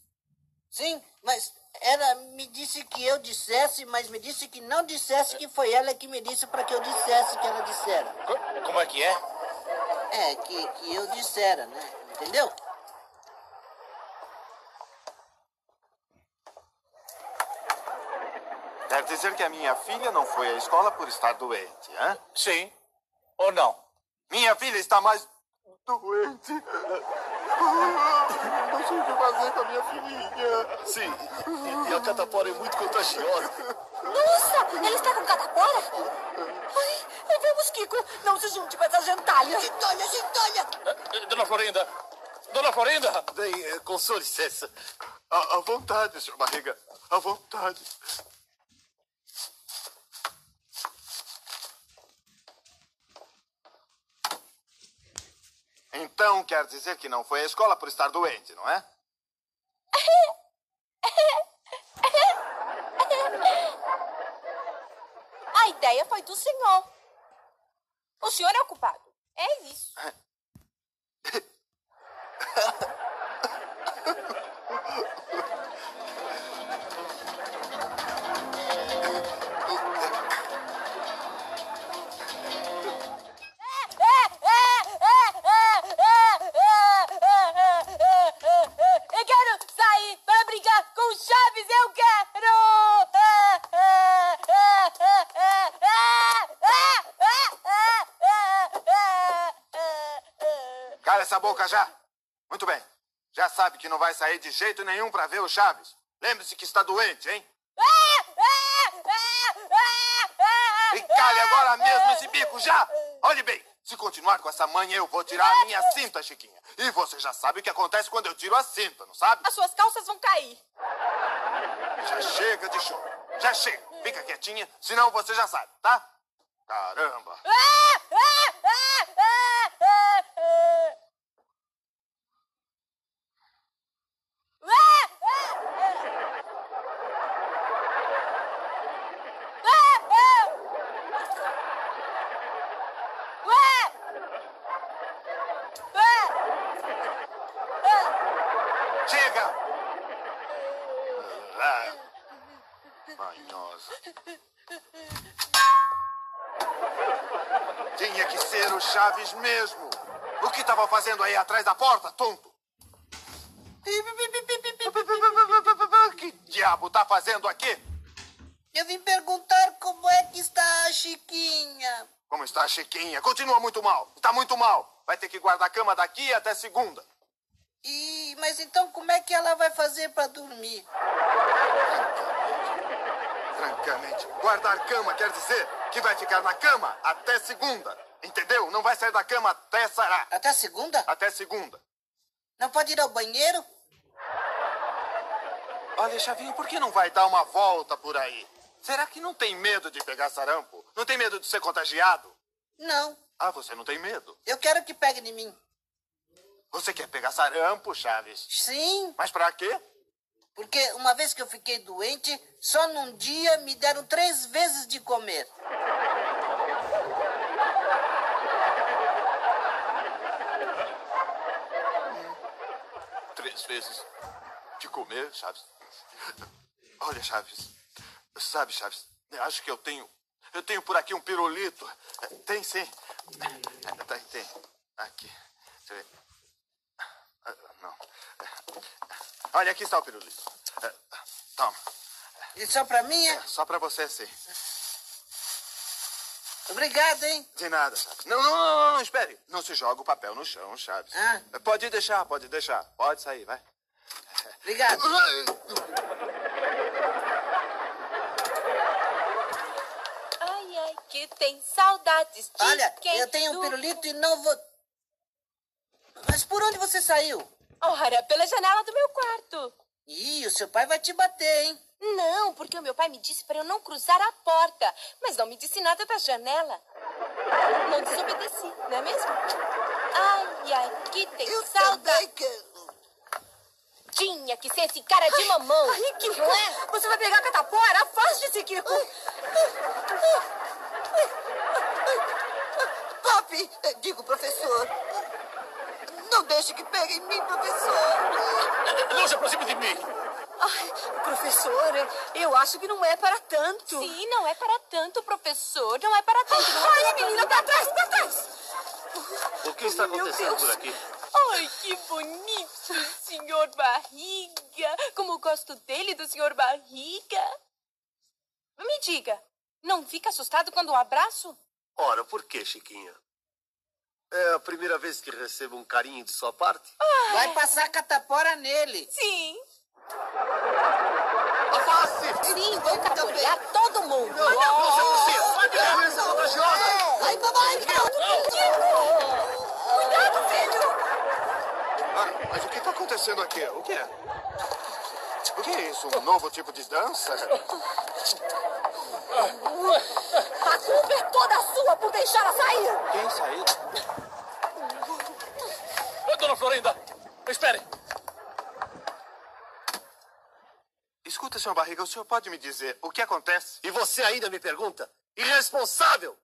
K: Sim, mas ela me disse que eu dissesse, mas me disse que não dissesse que foi ela que me disse pra que eu dissesse que ela dissera.
M: Co- Como é que é?
K: É, que, que eu dissera, né? Entendeu?
J: Quer dizer que a minha filha não foi à escola por estar doente, hã?
M: Sim ou não?
J: Minha filha está mais doente. Ah, Não sei o que fazer com a minha filhinha.
L: Sim, e, e a catapora é muito contagiosa.
G: Nossa, ela está com catapora? Ai, eu
C: vamos, Kiko. Não se junte com essa gentalha.
D: Gentalha, gentalha.
M: Dona Florinda! Dona Florinda!
J: Bem, eh, com sua licença. À, à vontade, senhor Barriga. À vontade. Então quer dizer que não foi à escola por estar doente, não é?
C: A ideia foi do senhor. O senhor é o culpado. É isso. Eu quero sair para brigar com o Chaves, eu quero!
J: Cala essa boca já. Muito bem. Já sabe que não vai sair de jeito nenhum pra ver o Chaves. Lembre-se que está doente, hein? E cale agora mesmo esse bico já! Olhe bem, se continuar com essa manha, eu vou tirar a minha cinta, Chiquinha. E você já sabe o que acontece quando eu tiro a cinta, não sabe?
C: As suas calças vão cair.
J: Já chega de show. Já chega. Fica quietinha, senão você já sabe, tá? Caramba. Chega! Ah, É, manhosa. Tinha que ser o Chaves mesmo. O que estava fazendo aí atrás da porta, tonto? Que diabo tá fazendo aqui?
D: Eu vim perguntar como é que está a Chiquinha.
J: Como está a Chiquinha? Continua muito mal. Está muito mal. Vai ter que guardar a cama daqui até segunda.
D: E, mas então como é que ela vai fazer para dormir?
J: Francamente, guardar cama quer dizer que vai ficar na cama até segunda. Entendeu? Não vai sair da cama até sarar.
D: Até segunda?
J: Até segunda.
D: Não pode ir ao banheiro?
J: Olha, Chavinho, por que não vai dar uma volta por aí? Será que não tem medo de pegar sarampo? Não tem medo de ser contagiado?
D: Não.
J: Ah, você não tem medo?
D: Eu quero que pegue em mim.
J: Você quer pegar sarampo, Chaves?
D: Sim,
J: Mas pra quê?
D: porque uma vez que eu fiquei doente, só num dia me deram três vezes de comer.
J: Três vezes. De comer, Chaves. Olha, Chaves. Sabe, Chaves, eu acho que eu tenho. Eu tenho por aqui um pirulito. É, Tem sim. Tem, tem. Aqui. Deixa eu ver. Ah, Não. É, Olha, aqui está o pirulito. É, Toma.
D: E só pra mim, é?
J: Só pra você, assim. sim.
D: Obrigado, hein?
J: De nada, Chaves. Não, não, não, não, não, espere. Não se joga o papel no chão, Chaves.
D: Ah.
J: Pode deixar, pode deixar. Pode sair, vai.
D: Obrigado.
C: Ai, ai, que tem saudades de
D: Olha,
C: quem
D: eu tenho um
C: tu-
D: pirulito e não vou. Mas por onde você saiu?
C: Ora, pela janela do meu quarto.
D: Ih, o seu pai vai te bater, hein?
C: Não, porque o meu pai me disse para eu não cruzar a porta, mas não me disse nada da janela. Não desobedeci, não é mesmo? Ai, ai, que tem
D: Eu
C: saudade.
D: também quero.
C: Tinha que ser esse cara de mamão.
D: ai, que não é?
C: Você vai pegar a catapora? Afaste-se, Kiko.
G: Papi, eh, digo, professor. Não deixe que pegue em mim, professor.
M: Não se aproxime de mim!
C: Professora, eu acho que não é para tanto. Sim, não é para tanto, professor. Não é para tanto. Olha, menina, pra trás, pra trás.
N: O que está acontecendo por aqui?
C: Ai, que bonito, senhor Barriga. Como eu gosto dele, do senhor Barriga. Me diga, não fica assustado quando o abraço?
N: Ora, por que, Chiquinha? É a primeira vez que recebo um carinho de sua parte?
D: Vai passar catapora nele.
C: Sim.
J: classe!
G: Sim, vou capturar todo mundo!
J: Não, não, seu Luciano, vai me dar essa contagiosa!
G: Ai, papai, Cuidado, filho!
J: Ai, mas o que está acontecendo aqui? O que é? O que é isso? Um novo tipo de dança?
G: A culpa é toda sua por deixá-la sair!
J: Quem saiu?
M: Ô, Dona Florinda, espere.
J: Escuta, senhor Barriga, o senhor pode me dizer o que acontece?
O: E você ainda me pergunta? Irresponsável!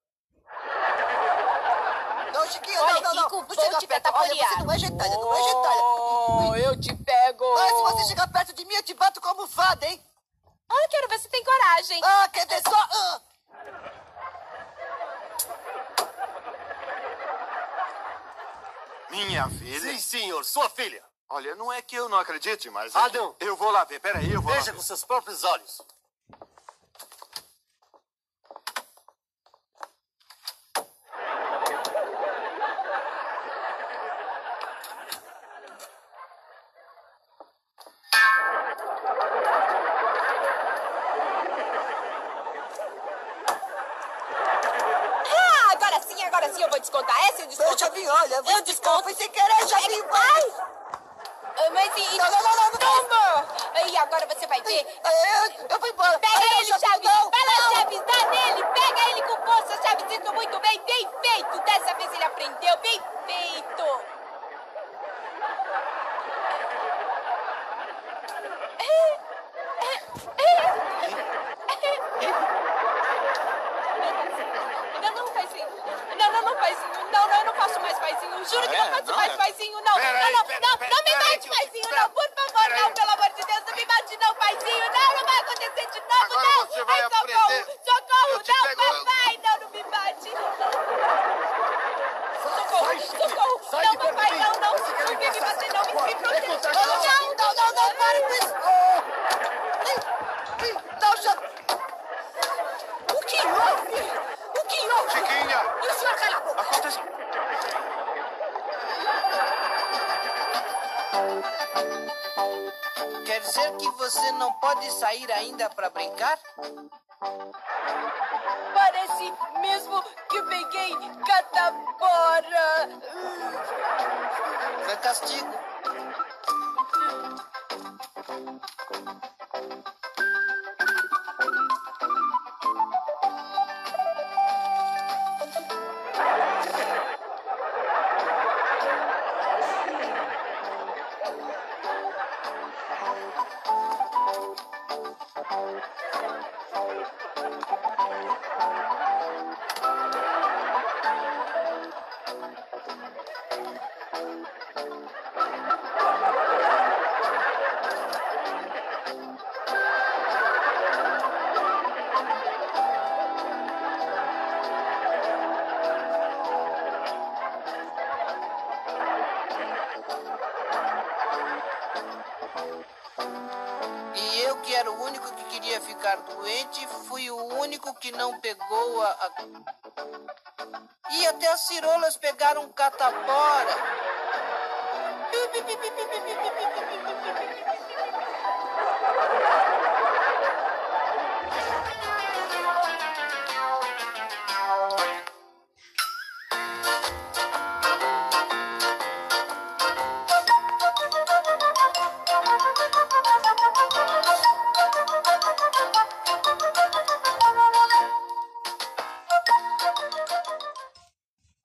L: Não, Chiquinho,
C: Olha,
L: não, não, não.
C: Kiko,
L: Não
C: você
L: chega
C: te
L: perto. Olha, você
C: catacoleado.
L: não é jeitada, não é jeitada.
C: Oh, eu te pego.
L: Mas se você chegar perto de mim, eu te bato como fada, hein?
C: Ah, quero ver se tem coragem.
L: Ah, quer ver só? Ah.
J: Minha filha?
O: Sim, senhor, sua filha!
J: Olha, não é que eu não acredite, mas. é
O: Adam.
J: que- Eu vou lá ver, peraí, eu vou.
O: Veja
J: lá
O: com seus próprios olhos.
C: Ah, agora sim, agora sim eu vou descontar. É seu desconto.
L: Deixa eu vir, olha. Eu,
C: Eu desconto.
L: fui sem querer, Chavinho, vai!
C: Ah, Mas e...
L: Não, não, não, não, não.
C: Toma! E agora você vai ver.
L: Eu, eu vou embora.
C: Pega
L: Ai, não,
C: ele, Chaves!
L: não,
C: Vai lá,
L: não.
C: Chaves! Dá nele! Pega ele com força, Chaves! Isso muito bem, bem feito! Dessa vez ele aprendeu, bem feito! Não, não, paizinho. Não, não, não, paizinho. Não, não, eu não faço mais paizinho. Juro que
J: É,
C: não faço
J: não,
C: mais
J: é.
C: paizinho, não.
J: Pera
C: não,
J: aí,
C: não,
J: pera,
C: não,
J: pera,
C: não me
J: pera aí,
C: mate,
J: tio.
C: paizinho,
J: Pera.
C: não. Por favor,
J: Pera
C: não,
J: aí.
C: pelo amor de Deus, não me mate, não, paizinho. Não, não vai acontecer de novo,
J: Agora
C: não.
J: você vai
C: Ai, socorro,
J: aprender.
C: socorro,
J: Eu te
C: não,
J: pego logo.
C: papai, não, não me mate. Socorro,
J: Sai,
C: socorro.
J: sai
C: não,
J: de perto
C: papai,
J: de mim.
C: não, não.
J: Você quer
C: Não
J: me
C: me
J: passar
C: mate,
J: essa
C: não, me me
J: porta? É
C: proteja.
J: contagiosa.
L: Não, não, não, não, para com isso. Ai, ai, Não, já...
G: O que houve? O que houve?
J: Chiquinha!
G: E o senhor cala a boca!
J: Acontece.
K: Quer dizer que você não pode sair ainda pra brincar?
C: Parece mesmo que peguei catapora.
K: Foi castigo. E eu que era o único que queria ficar doente, fui o único que não pegou a. a- E até as cirolas pegaram um catapora.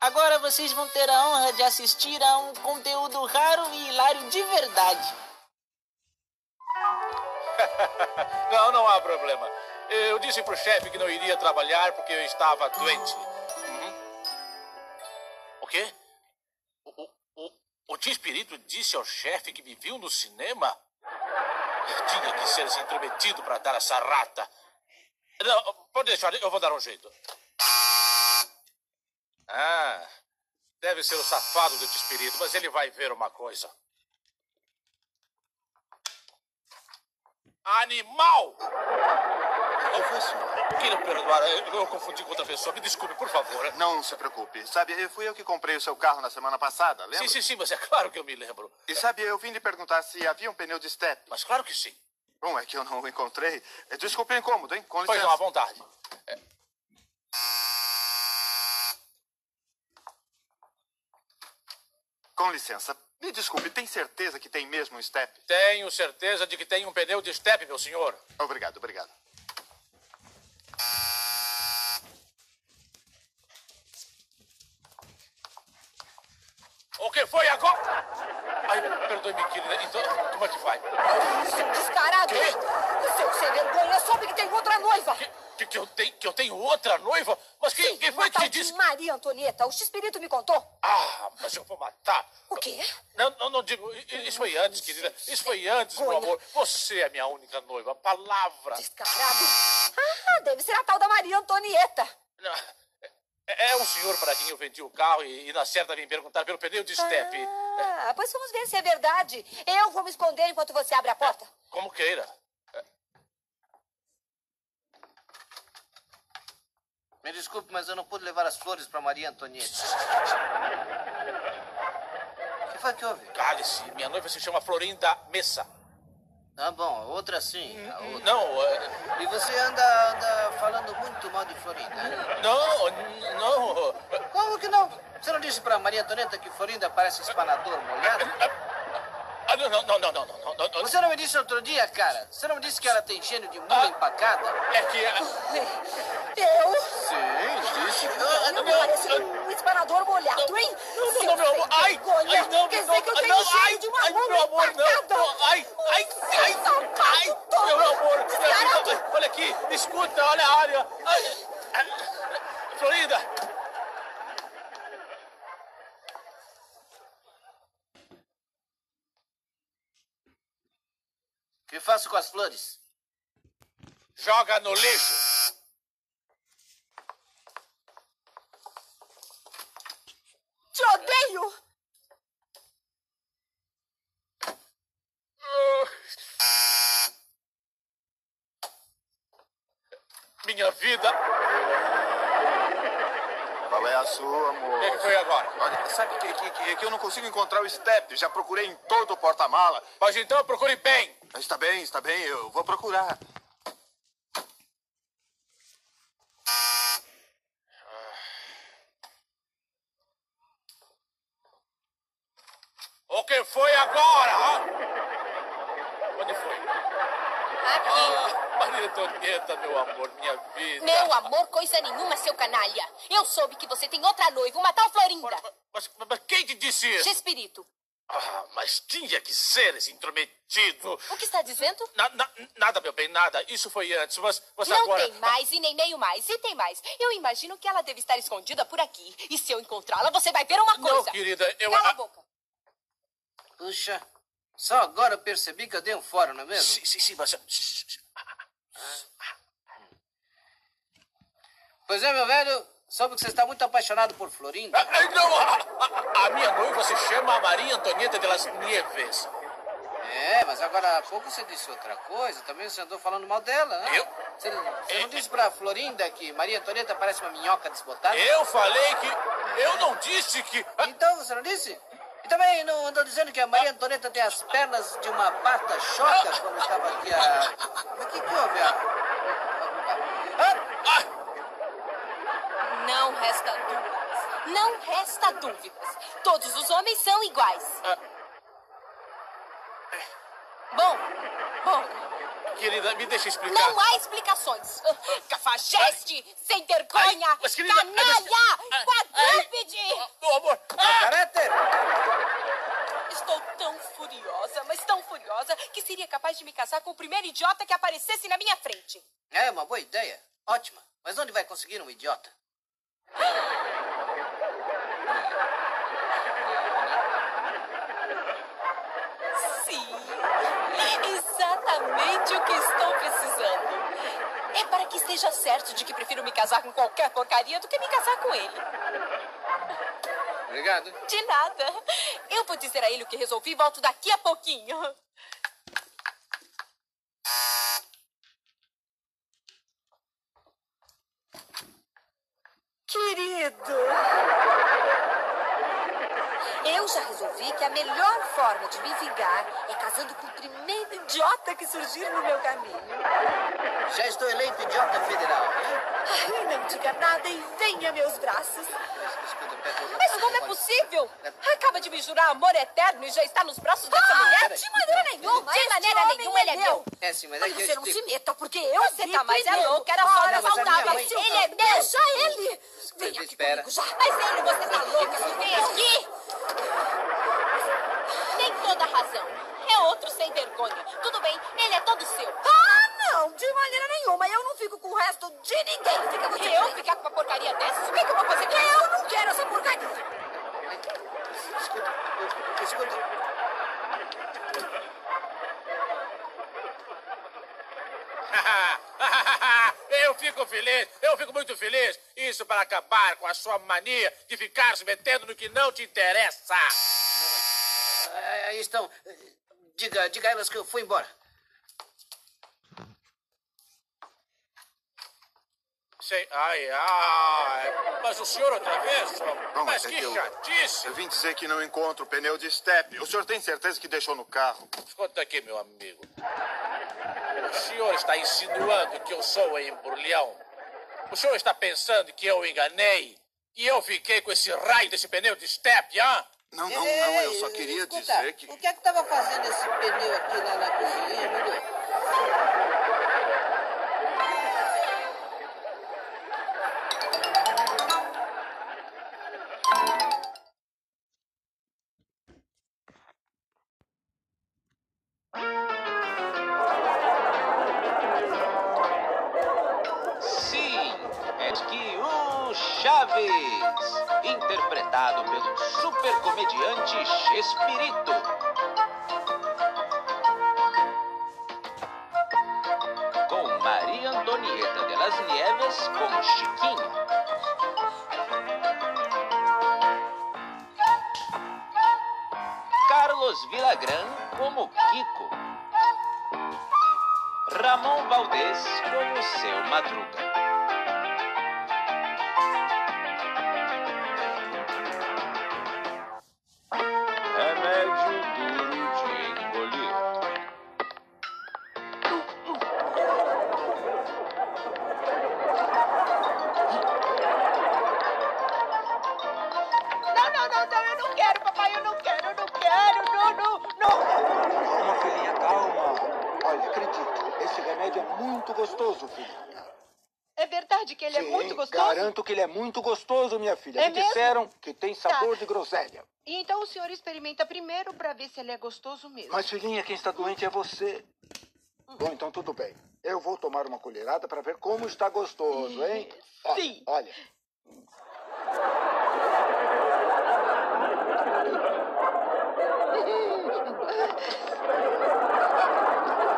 B: Agora vocês vão ter a honra de assistir a um conteúdo raro e hilário de verdade.
M: Não, não há problema. Eu disse pro chefe que não iria trabalhar porque eu estava doente.
J: Uhum.
M: O quê? O, o, o, o tio Espírito disse ao chefe que me viu no cinema? Eu tinha que ser se intrometido para dar essa rata. Não, pode deixar, eu vou dar um jeito. Ah, deve ser o safado do tio Espírito, mas ele vai ver uma coisa. Animal! Eu assim. queria perdoar, eu eu confundi com outra pessoa. Me desculpe, por favor.
J: Não se preocupe. Sabe, eu fui eu que comprei o seu carro na semana passada, lembra?
M: Sim, sim, sim, mas é claro que eu me lembro.
J: E sabe, eu vim lhe perguntar se havia um pneu de step.
M: Mas claro que sim.
J: Bom, é que eu não o encontrei. Eh, Desculpe o incômodo, hein? Com licença.
M: Pois não, à vontade.
J: Com licença. Me desculpe, tem certeza que tem mesmo um step?
M: Tenho certeza de que tem um pneu de estepe, meu senhor.
J: Obrigado, obrigado.
M: O que foi agora? Ai, perdoe-me, querida. Então, como é que vai?
G: Seu Um descarado! Seu sem vergonha soube que tem outra noiva!
M: Que, que eu, tenho, que eu tenho outra noiva? Mas quem, quem foi que te disse?
G: Maria Antonieta, o X-Espírito me contou.
M: Ah, mas eu vou matar.
G: O quê?
M: Não, não, não digo. I- i- Isso foi antes, querida. Isso foi antes, meu amor. Você é minha única noiva. Palavra.
G: Descarado!
C: tá
G: Ah, deve ser a tal da Maria Antonieta.
M: Não, É é um senhor para quem eu vendi o carro e, e na certa vem perguntar pelo pneu de estepe.
G: Ah, pois vamos ver se é verdade. Eu vou me esconder enquanto você abre a porta.
M: Como queira.
K: Me desculpe, mas eu não pude levar as flores para Maria Antonieta. O que foi que houve?
M: Cale-se. Minha noiva se chama Florinda Messa.
K: Ah, bom, a outra sim. a outra.
M: Não, é,
K: E você anda, anda falando muito mal de Florinda.
M: Não, não.
K: Como que não? Você não disse para Maria Antonieta que Florinda parece espanador molhado?
M: Ah, não, não, não, não, não, não, não, não.
K: Você não me disse outro dia, cara? Você não me disse que ela tem gênio de mula empacada?
M: É que é.
G: Eu?
K: Sim, disse.
G: Eu parece um espanador molhado, hein?
M: é Não, não,
G: Seu
M: não, meu amor.
G: sem
M: Ai,
G: vergonha.
M: ai, não,
G: Quer
M: não,
G: dizer que eu
M: ai,
G: tenho
M: não,
G: cheiro
M: ai,
G: de uma Um
M: ai,
G: mula
M: meu amor, não,
G: empacada.
M: não, ai, ai, ai, ai, meu amor, é
G: descarado.
M: minha vida, olha aqui, escuta, olha a área, ai, ai, Florinda,
K: O que faço com as flores?
M: joga no lixo.
G: Te odeio!
M: Minha vida,
J: Qual é a sua, amor?
M: o que, que foi agora?
J: Olha, sabe que, que, é que, que eu não consigo encontrar o step? Já procurei em todo o porta-mala.
M: Mas então procure bem.
J: Está bem, está bem, eu vou procurar.
M: O que foi agora? hã? Onde foi? Ah, Maria Antonieta, meu amor, minha vida.
C: Meu amor, coisa nenhuma, seu canalha. Eu soube que você tem outra noiva, uma tal Florinda.
M: Mas, mas quem te disse isso?
C: Chespirito.
M: Ah, mas tinha que ser esse intrometido.
C: O que está dizendo?
M: Na- na- nada, meu bem, nada. Isso foi antes, mas, mas
C: Não
M: agora.
C: tem mais e nem meio mais. E tem mais. Eu imagino que ela deve estar escondida por aqui. E se eu encontrá-la, você vai ver uma coisa.
M: Não, querida, eu.
C: Cala a
M: ah,
C: boca.
K: Puxa, só agora eu percebi que eu dei um fora, não é mesmo?
M: Sim, sim, sim, mas.
K: Pois é, meu velho, soube que você está muito apaixonado por Florinda.
M: Ah, ah, não, a, a- a minha noiva se chama Maria Antonieta de las Nieves.
K: É, mas agora há pouco você disse outra coisa, também você andou falando mal dela, né?
M: Eu?
K: Você, você não disse pra Florinda que Maria Antonieta parece uma minhoca desbotada?
M: Eu falei que. Eu não disse que. ah,
K: Então, você não disse? E também não andou dizendo que a Maria Antonieta tem as pernas de uma pata choca quando estava aqui a... O que que houve? A...
C: Não resta dúvidas. Não resta dúvidas. Todos os homens são iguais. Bom, bom,
M: ah, Querida, me deixa explicar.
C: não há explicações. Cafajeste, sem vergonha,
M: mas querida,
C: canalha, quadrúpede!
M: Meu amor.
K: Caráter!
C: Estou tão furiosa, mas tão furiosa, que seria capaz de me casar com o primeiro idiota que aparecesse na minha frente.
K: É uma boa ideia, ótima. Mas onde vai conseguir um idiota?
C: Sim, exatamente o que estou precisando. É para que esteja certo de que prefiro me casar com qualquer porcaria do que me casar com ele.
K: Obrigado.
C: De nada. Eu vou dizer a ele o que resolvi e volto daqui a pouquinho.
G: Querido!
P: Eu já resolvi que a melhor forma de me vingar é casando com o primeiro idiota que surgir no meu caminho.
K: Já estou eleito idiota federal, hein?
P: Ai, não diga nada e venha meus braços. Mas como é possível? Acaba de me jurar amor eterno e já está nos braços dessa
K: Ah,
P: mulher?
K: peraí.
P: De maneira nenhuma! De maneira nenhuma ele é meu!
K: É sim, mas é
P: Olha,
K: que eu
P: você não se
K: explico.
P: meta, porque eu Você tá mais é
K: primeiro.
P: louco, era
K: Ora,
P: só
K: mas a minha
P: saudável.
K: mãe-
P: Ele
G: Então,
P: é meu! Deixa ele! Vem aqui
K: Espera.
P: comigo já! Mas ele, você tá louca, você vem aqui!
G: Tem toda a razão. É outro sem vergonha. Tudo bem, ele é todo seu.
P: Ah, não! De maneira nenhuma! Eu não fico com o resto de ninguém! Fica você!
G: Eu ficar com uma porcaria dessas? O que, que eu vou fazer com
P: Eu não quero essa porcaria!
K: Escuta, eu- escuta.
M: eu fico feliz, eu fico muito feliz. Isso para acabar com a sua mania de ficar se metendo no que não te interessa.
K: Ah, Aí estão. Diga, diga a elas que eu fui embora.
M: Sei, ai, ai. Mas o senhor outra vez?
J: Não,
M: mas
J: é
M: que
J: eu-
M: chatice.
J: Eu vim dizer que não encontro o pneu de estepe. O senhor tem certeza que deixou no carro?
M: Escuta aqui, meu amigo. O senhor está insinuando que eu sou um embrulhão? O senhor está pensando que eu enganei? E eu fiquei com esse raio desse pneu de step, hã?
J: Não,
M: não,
K: não,
M: eu só queria
K: Escuta, o que é que tava fazendo esse pneu aqui na, na cozinha, meu Deus?
A: Sim, é que o Chaves, interpretado pelo super comediante Chespirito. Com Maria Antonieta de las Nieves como Chiquinha. Carlos Villagrán como Kiko. Ramon Valdez como seu Madruga. Remédio duro de engolir.
C: Não, não, não, não, eu não quero, papai, eu não quero, eu não quero, não, não, não.
E: Calma, filhinha, calma. Olha, acredito, esse remédio é muito gostoso, filha.
C: É verdade que ele é
E: Sim,
C: muito gostoso?
E: Garanto que ele é muito gostoso, minha filha.
C: É
E: Me
C: mesmo? Tá.
E: disseram que tem sabor de groselha.
C: E Então o senhor experimenta primeiro pra ver se ele é gostoso mesmo.
E: Mas, filhinha, quem está doente é você.
C: Hum.
E: Bom, então tudo bem. Eu vou tomar uma colherada para ver como está gostoso, hein? Olha,
C: Sim.
E: Olha.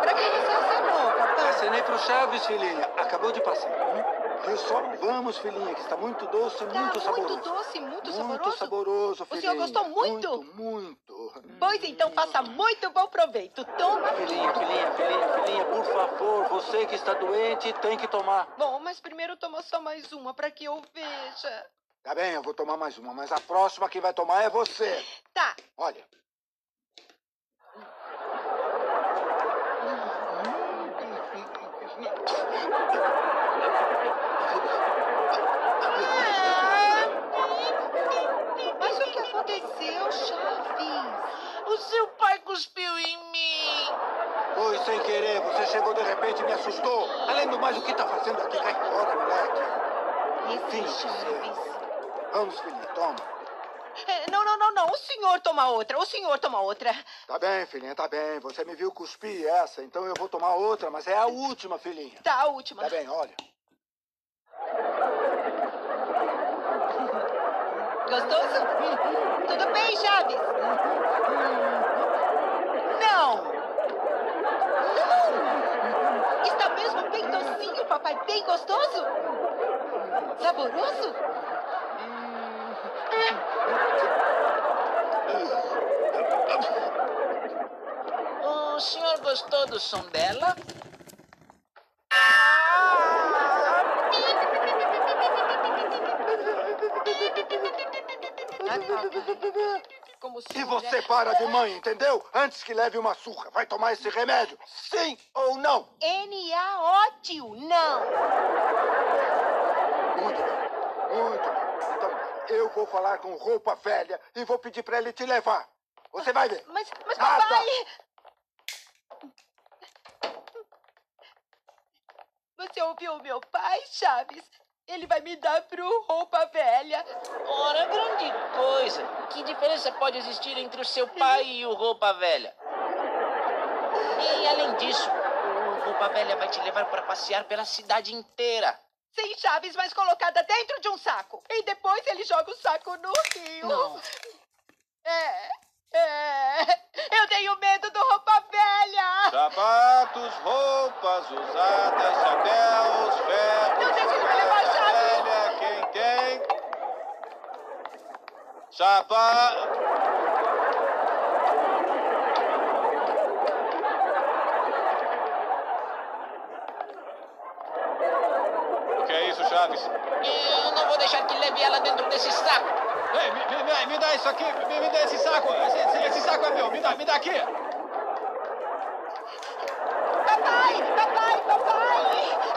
C: Pra quem você acenou, papai?
E: Acenei pro Chaves, filhinha. Acabou de passar. Hum? Viu só? Vamos, filhinha, que está muito doce, e muito saboroso.
C: Tá Muito doce, muito,
E: Muito
C: saboroso.
E: saboroso,
C: O
E: filhinha.
C: senhor gostou muito?
E: Muito, muito.
C: Pois então faça muito bom proveito. Toma.
E: Filhinha, filhinha, filhinha, filhinha, por favor, você que está doente tem que tomar.
C: Bom, mas primeiro toma só mais uma pra que eu veja.
E: Tá bem, eu vou tomar mais uma, mas a próxima que vai tomar é você.
C: Tá.
E: Olha.
C: Mas o que aconteceu, Chaves? O seu pai cuspiu em mim.
E: Foi sem querer, você chegou de repente e me assustou. Além do mais, o que tá fazendo aqui? Cai fora, moleque. Sim, Vamos, filhinha, toma.
C: É, não, não, não, não. O senhor toma outra. O senhor toma outra.
E: Tá bem, filhinha, tá bem. Você me viu cuspir essa, então eu vou tomar outra, mas é a última, filhinha.
C: Tá, a última.
E: Tá bem, olha.
C: Gostoso? Hum. Tudo bem, Chaves? Não! Não! Está mesmo bem docinho, papai. Bem gostoso? Saboroso?
B: O senhor gostou do som dela?
C: Ah, papai.
G: como suja.
E: E você para de mãe, entendeu? Antes que leve uma surra, vai tomar esse remédio, sim ou não?
C: N.A.O. tio, não.
E: Muito bem. Então, eu vou falar com roupa velha e vou pedir pra ele te levar. Você vai ver.
P: Mas, mas
E: Nada.
P: papai...
G: Você ouviu meu pai, Chaves? Ele vai me dar pro roupa velha.
B: Ora, grande coisa. Que diferença pode existir entre o seu pai e o roupa velha? E além disso, o roupa velha vai te levar para passear pela cidade inteira.
P: Sem chaves, mas colocada dentro de um saco. E depois ele joga o saco no rio.
B: Não.
P: É, é. Eu tenho medo do roupa velha.
L: Sapatos, roupas usadas, chapéus, ferros. Não deixe ele levar Velha, quem tem? Sapato. Que é isso, Chaves?
B: Eu não vou deixar que leve ela dentro desse saco.
L: Ei, me, me- me- me dá isso aqui, me, me dá esse saco, esse, esse- esse saco é meu, me dá, me dá aqui.
P: Papai, papai, papai.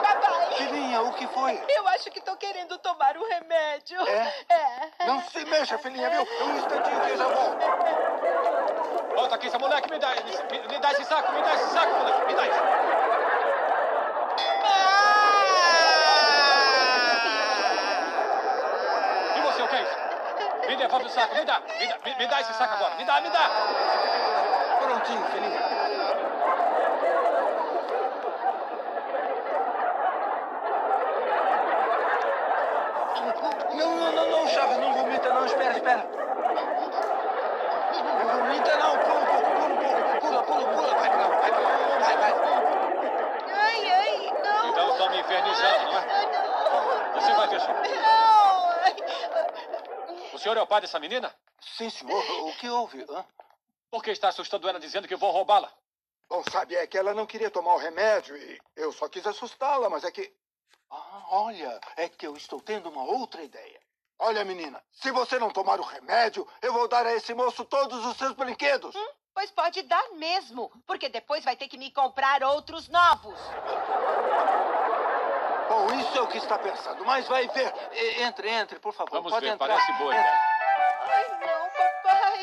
P: Papai.
E: Filhinha, o que foi?
P: Eu acho que tô querendo tomar o remédio.
E: É?
P: É.
E: Não se mexa, filhinha, viu? É um instantinho que eu já volto.
L: Volta aqui, seu moleque, me dá, me, me dá esse saco, me dá esse saco, moleque, me dá isso. E você, o que é isso? Me devolve o saco, me dá, me dá, me, me dá esse saco agora, me dá, me dá.
E: Prontinho, filhinha. Não, não, não, não, Chaves, não vomita não, espera, espera. Não vomita não, pula um pouco, pula um pouco, pula, pula, pula, vai pra lá, vai pra lá, vai, vai.
P: Ai, ai, não.
L: Então estão me infernizando, não é? Você vai ver, senhor.
P: Não. Ai.
L: O senhor é o pai dessa menina?
E: Sim, senhor. O que houve?
L: Por que está assustando ela dizendo que vou roubá-la?
E: Bom, sabe, é que ela não queria tomar o remédio e eu só quis assustá-la, mas é que. Ah, olha, é que eu estou tendo uma outra ideia. Olha, menina, se você não tomar o remédio, eu vou dar a esse moço todos os seus brinquedos.
C: Pois pode dar mesmo, porque depois vai ter que me comprar outros novos.
E: Bom, isso é o que está pensando, mas vai ver. E- Entre, entre, por favor.
L: Vamos
E: Pode
L: ver,
E: entrar.
L: parece boa então. ideia.
P: Ai, não, papai.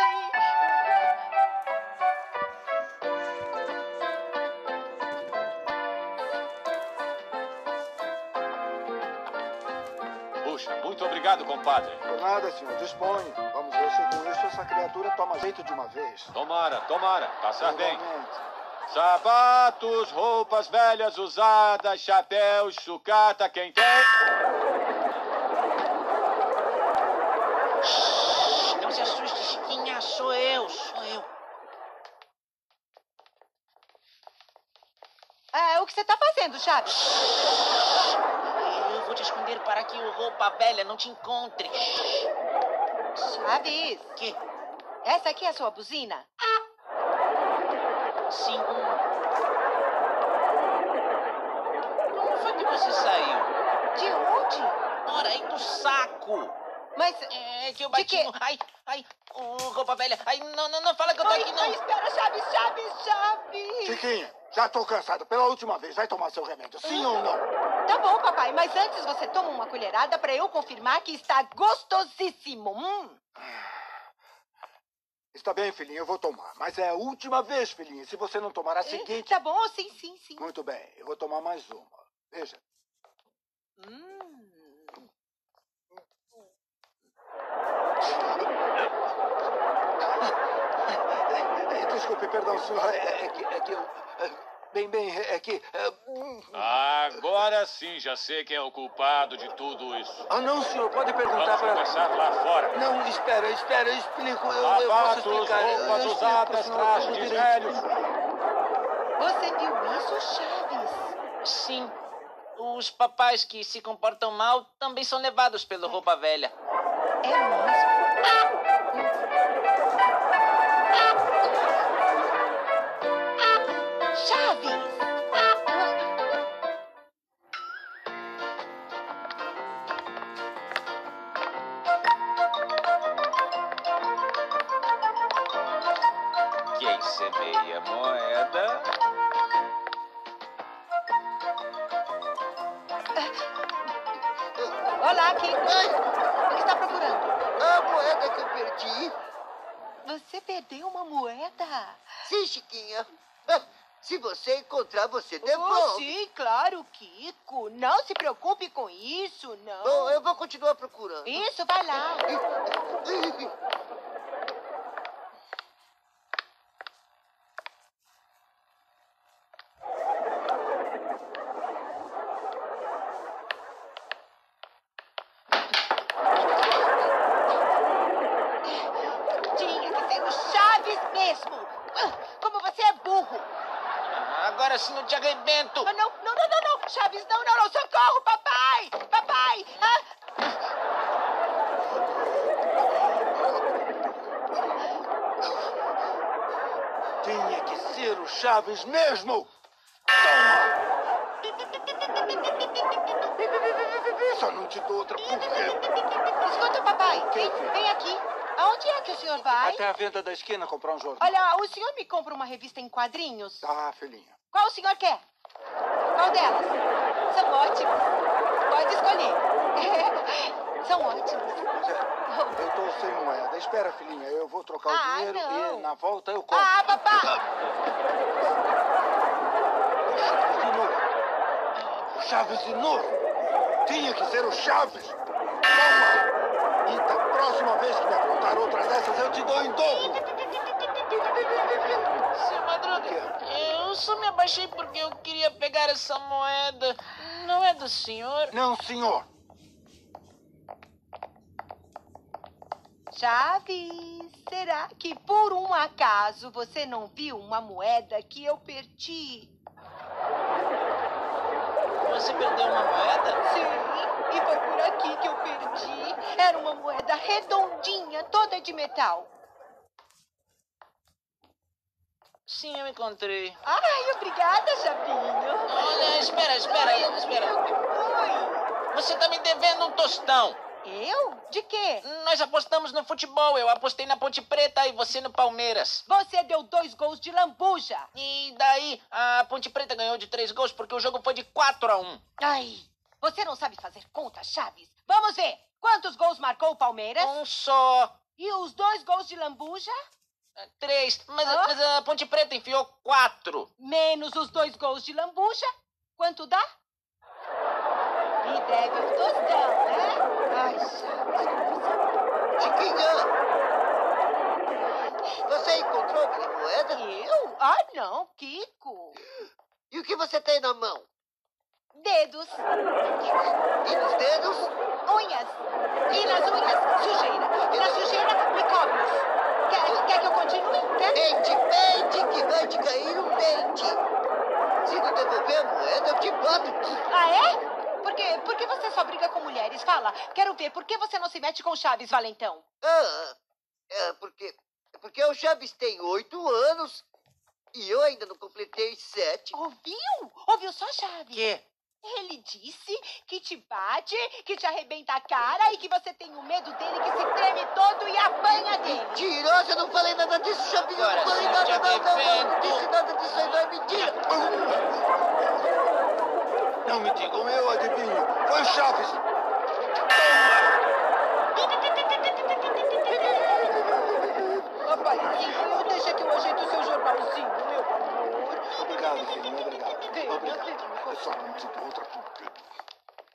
E: É.
L: Puxa, muito obrigado, compadre.
E: Por nada, senhor, dispõe. Vamos ver se com isso essa criatura toma jeito de uma vez.
L: Tomara, tomara, passar bem.
E: Igualmente.
L: Sapatos, roupas velhas usadas, chapéus, sucata, quem tem?
B: Shh, Não se assuste, Chiquinha. Sou eu, sou eu.
C: É, o que você tá fazendo, Chaves?
B: Eu vou te esconder para que o roupa velha não te encontre.
C: Chaves.
B: Que?
C: Essa aqui é a sua buzina?
B: Ah. Sim. Como foi que você saiu?
C: De onde?
B: Ora, aí do saco.
C: Mas
B: é que eu bati no... Ai, ai, ô, roupa velha. Ai, não, não, não, fala que eu tô
P: Ai,
B: aqui, não.
P: ai, espera, Chaves, Chaves, Chaves.
E: Chiquinha, já tô cansado. Pela última vez, vai tomar seu remédio, sim ou não?
C: Tá bom, papai, mas antes você toma uma colherada pra eu confirmar que está gostosíssimo. Hum.
E: Está bem, filhinha, eu vou tomar. Mas é a última vez, filhinha. Se você não tomar a seguinte.
C: Tá bom, sim, sim, sim.
E: Muito bem, eu vou tomar mais uma. Veja.
C: Hum,
E: É, Desculpe, perdão, senhora. É, é que, é que eu. é, Bem, bem, é é que. é, hum.
L: Agora sim, já sei quem é o culpado de tudo isso.
E: Ah, não, senhor, pode perguntar
D: tá
L: Vamos
E: para.
L: conversar lá fora.
E: Não, espera, espera, eu explico. Eu, eu posso
L: Sapatos,
E: explicar. Eu- eu
L: roupas
E: explico pro
L: usadas,
E: senhor
L: trajes
E: tudo
L: de
E: direito.
L: velhos.
C: Você viu isso, Chaves?
B: Sim. Os papais que se comportam mal também são levados pelo roupa velha.
C: É mesmo. Chaves!
A: essa é meia moeda.
D: Olá, Kiko. O que está procurando? A
E: é,
D: moeda que eu perdi.
C: Você perdeu uma moeda?
D: Sim, Chiquinha. Ah, Se você encontrar, você
C: Oh,
D: devolve.
C: sim, claro, Kiko. Não se preocupe com isso, não.
D: Bom, eu vou continuar procurando.
C: Isso, vai lá.
Q: Tinha que ser o Chaves mesmo. Ah, Como você é burro.
B: Ah, Agora sim eu te arrebento.
C: Não, não, não, não, não. Chaves, não, não, não. Socorro, papai. Papai. Ah,
E: Tinha que ser o Chaves mesmo! Toma! Só não te dou outra porque...
C: Escuta, papai. Vem, vem aqui. Aonde é que o senhor vai?
E: Até a venda da esquina comprar um jornal.
C: Olha, o senhor me compra uma revista em quadrinhos?
E: Tá, filhinha.
C: Qual o senhor quer? Qual delas? São ótimas. Pode escolher. São ótimas.
E: Eu tô sem moeda. Espera, filhinha, eu vou trocar
C: Ah,
E: o dinheiro
C: não.
E: e na volta eu compro.
C: Ah, papai.
E: De novo. O Chaves de novo. Tinha que ser o Chaves. Toma! E da próxima vez que me aprontar outra dessas, eu te dou em dobro.
B: Seu Madruga, eu só me abaixei porque eu queria pegar essa moeda. Não é do senhor?
E: Não, senhor.
C: Chaves, será que por um acaso você não viu uma moeda que eu perdi?
B: Você perdeu uma moeda?
C: Sim, e foi por aqui que eu perdi. Era uma moeda redondinha, toda de metal.
B: Sim, eu encontrei.
C: Ai, obrigada, Chavinho.
B: Olha, espera, espera, espera. Você tá me devendo um tostão.
C: Eu? De quê?
B: Nós apostamos no futebol. Eu apostei na Ponte Preta e você no Palmeiras.
C: Você deu dois gols de lambuja.
B: E daí, a Ponte Preta ganhou de três gols porque o jogo foi de 4 a 1
C: Ai, você não sabe fazer conta, Chaves? Vamos ver. Quantos gols marcou o Palmeiras?
B: Um só. Ah,
C: E os dois gols de lambuja?
B: Três. Mas, mas a Ponte Preta enfiou quatro.
C: Menos os dois gols de lambuja. Quanto dá? Me deve um tostão, né? Ai,
D: Chiquinha! Você encontrou aquela moeda?
C: Eu? Ah, não, Kiko.
D: E o que você tem na mão?
C: Dedos.
D: E nos dedos?
C: Unhas. E nas unhas, sujeira. E na sujeira, micróbios. Quer, quer que eu continue? Quer?
D: Dente, pente, que vai te cair um dente. Se não devolver a moeda, eu te bato.
C: Ah, é? Por que, por que você só briga com mulheres? Fala, quero ver, por que você não se mete com Chaves, Valentão?
D: Ah, é porque, é porque o Chaves tem oito anos e eu ainda não completei sete.
C: Ouviu? Ouviu só, Chaves?
B: Quê?
C: Ele disse que te bate, que te arrebenta a cara e que você tem o medo dele que se treme todo e apanha dele.
D: Mentirosa, eu não falei nada disso, Chavinho. Eu não
B: Agora
D: falei
B: sim,
D: nada,
B: já
D: não, não, eu não
B: defendo.
D: disse nada disso aí, não é mentira.
E: Não me digam, eu adivinho. Foi o Chaves.
C: Papai, deixa que eu ajeito o seu jornalzinho, meu amor.
E: Obrigado, filhinha, obrigado. Obrigado. Eu só não te dou outra porque...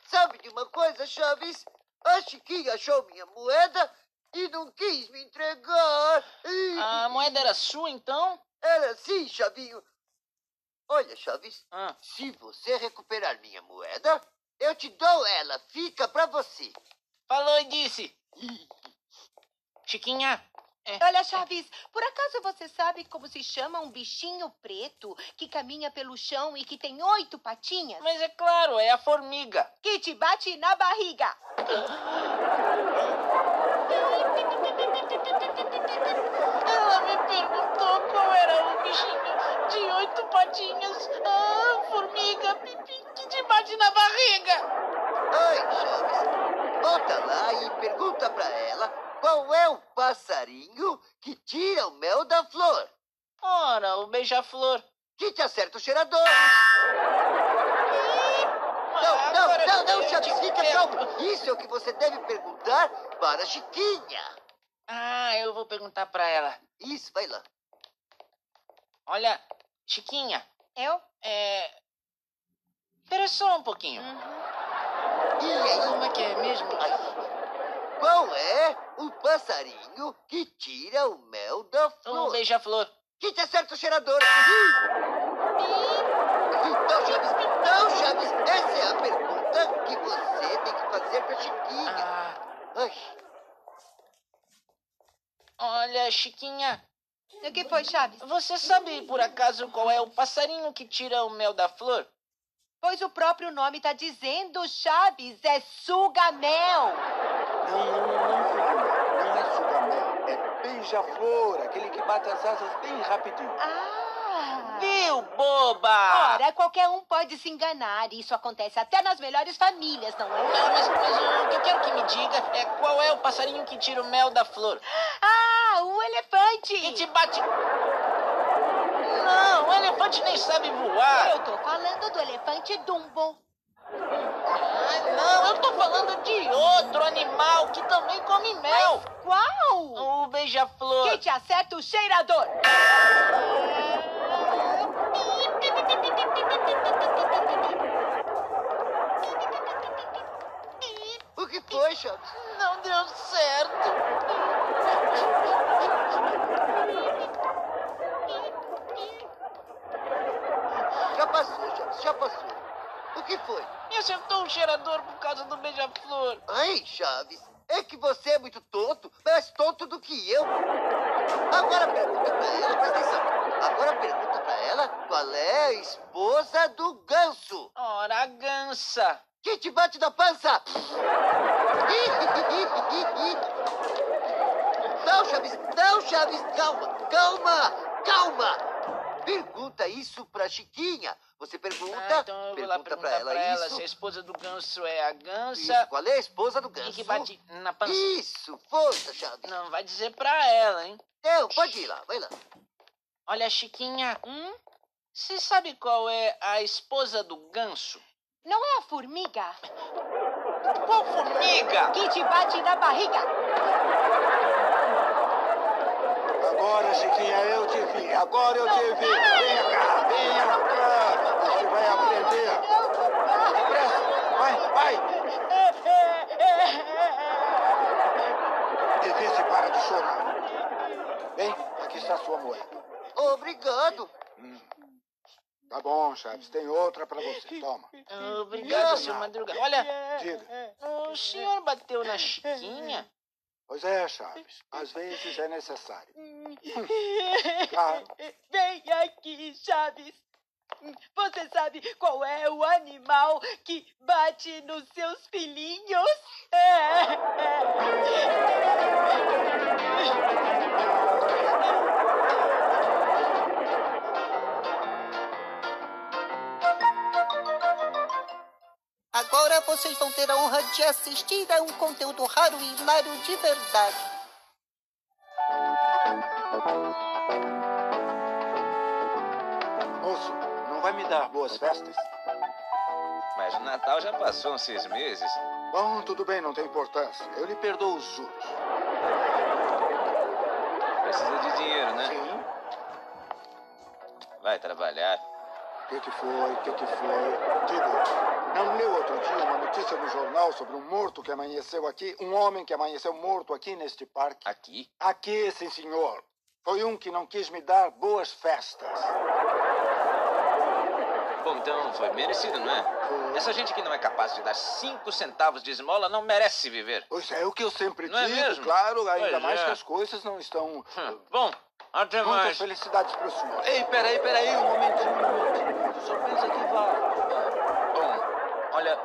D: Sabe de uma coisa, Chaves? A Chiquinha achou minha moeda e não quis me entregar. Ih,
B: A moeda era sua, então?
D: Era assim, Chavinho. Olha, Chaves,
B: Ah.
D: se você recuperar minha moeda, eu te dou ela. Fica pra você.
B: Falou e disse. Chiquinha,
C: Olha, Chaves, por acaso você sabe como se chama um bichinho preto que caminha pelo chão e que tem oito patinhas?
B: mas é claro, é a formiga.
C: Que te bate na barriga.
B: Ela me perguntou qual era o bichinho de oito patinhas. Ah, formiga, pipi, que te bate na barriga.
D: Ai, Chaves, volta lá e pergunta pra ela qual é o passarinho que tira o mel da flor.
B: Ora, o beija-flor.
D: Que te acerta o cheirador. Não, não, não, não, Chaves, fica calmo. Isso é o que você deve perguntar para a Chiquinha.
B: Ah, eu vou perguntar pra ela.
D: Isso, vai lá.
B: Olha, Chiquinha.
R: Eu?
B: É. Espera só um pouquinho.
D: E aí?
B: Como é que é mesmo?
D: Qual é o passarinho que tira o mel da flor?
B: Um beija-flor.
D: Que te acerta o cheirador. Não, Chaves, não, Chaves. Essa é a pergunta que você tem que fazer pra Chiquinha.
B: Ah.
D: Ai,
B: Olha, Chiquinha.
R: O que foi, Chaves?
B: Você sabe, por acaso, qual é o passarinho que tira o mel da flor?
R: Pois o próprio nome tá dizendo, Chaves, é suga-mel.
S: Não é sugamel, é beija-flor, aquele que bate as asas bem rapidinho.
B: Viu, boba?
R: Ah! Ora, qualquer um pode se enganar. Isso acontece até nas melhores famílias, não é?
B: Não, mas, mas o que eu quero que me diga é qual é o passarinho que tira o mel da flor.
R: Ah, o elefante!
B: Que te bate... Não, o elefante nem sabe voar.
R: Eu tô falando do elefante Dumbo.
B: Ah, Não, eu tô falando de um outro animal que também come mel.
R: Qual?
B: O beija-flor.
R: Quem te acerta o cheirador?
D: o que foi, Chaves?
B: Não deu certo.
D: Já passou, Chaves, já passou. O que foi?
B: Me acertou um cheirador por causa do beija-flor.
D: Ai, Chaves, é que você é muito tonto, mais tonto do que eu. Agora pergunta pra ela, presta atenção. Agora pergunta pra ela qual é a esposa do ganso.
B: Ora, a gança.
D: Que te bate na pança? Não, Chaves, não, Chaves, calma, calma, calma. Pergunta isso pra Chiquinha. Você pergunta,
B: Ah, então eu vou lá
D: pergunta
B: perguntar
D: pra ela isso.
B: se a esposa do ganso é a
D: isso.
B: gança
D: Qual é a esposa do ganso?
B: e que bate na pança.
D: Isso, força, Chaves.
B: Não vai dizer pra ela, hein?
D: Eu, pode ir lá, vai lá.
B: Olha, Chiquinha, hum? você sabe qual é a esposa do ganso?
R: Não é a formiga?
B: Qual formiga?
R: Que te bate na barriga?
E: Agora, Chiquinha, eu te vi. Agora eu te vi. Vem cá, vem cá. Você vai aprender. Depressa, vai, vai. E vê se para de chorar. Bem, aqui está sua moeda.
D: Obrigado.
E: Tá bom, Chaves, tem outra É pra você. Toma.
B: Obrigado, seu Madruga. Olha,
E: Diga.
B: o senhor bateu na Chiquinha?
E: Pois é, Chaves. Às vezes é necessário. Claro.
P: Vem aqui, Chaves. Você sabe qual é o animal que bate nos seus filhinhos? É.
K: Agora vocês vão ter a honra de assistir a um conteúdo raro e hilário de verdade.
E: Moço, não vai me dar boas festas?
A: Mas o Natal já passou uns seis meses.
E: Bom, tudo bem, não tem importância. Eu lhe perdoo os juros.
A: Precisa de dinheiro, né? Sim. Vai trabalhar.
E: O que, que foi? O que, que foi? Digo, não leu outro dia uma notícia no jornal sobre um morto que amanheceu aqui? Um homem que amanheceu morto aqui neste parque?
A: Aqui?
E: Aqui, sim, senhor. Foi um que não quis me dar boas festas.
A: Bom, então foi merecido, não é? Essa gente que não é capaz de dar cinco centavos de esmola não merece viver.
E: Pois é, o que eu sempre
A: Não é
E: digo,
A: mesmo?
E: claro, ainda
A: Pois
E: mais
A: é. Hum,
E: que as coisas não estão...
L: Hum.
A: Bom, até
E: Muitas
A: mais.
E: felicidades para o senhor.
S: Ei, peraí, peraí, um momentinho, um momentinho. Só pensa que vai.
A: Bom, olha,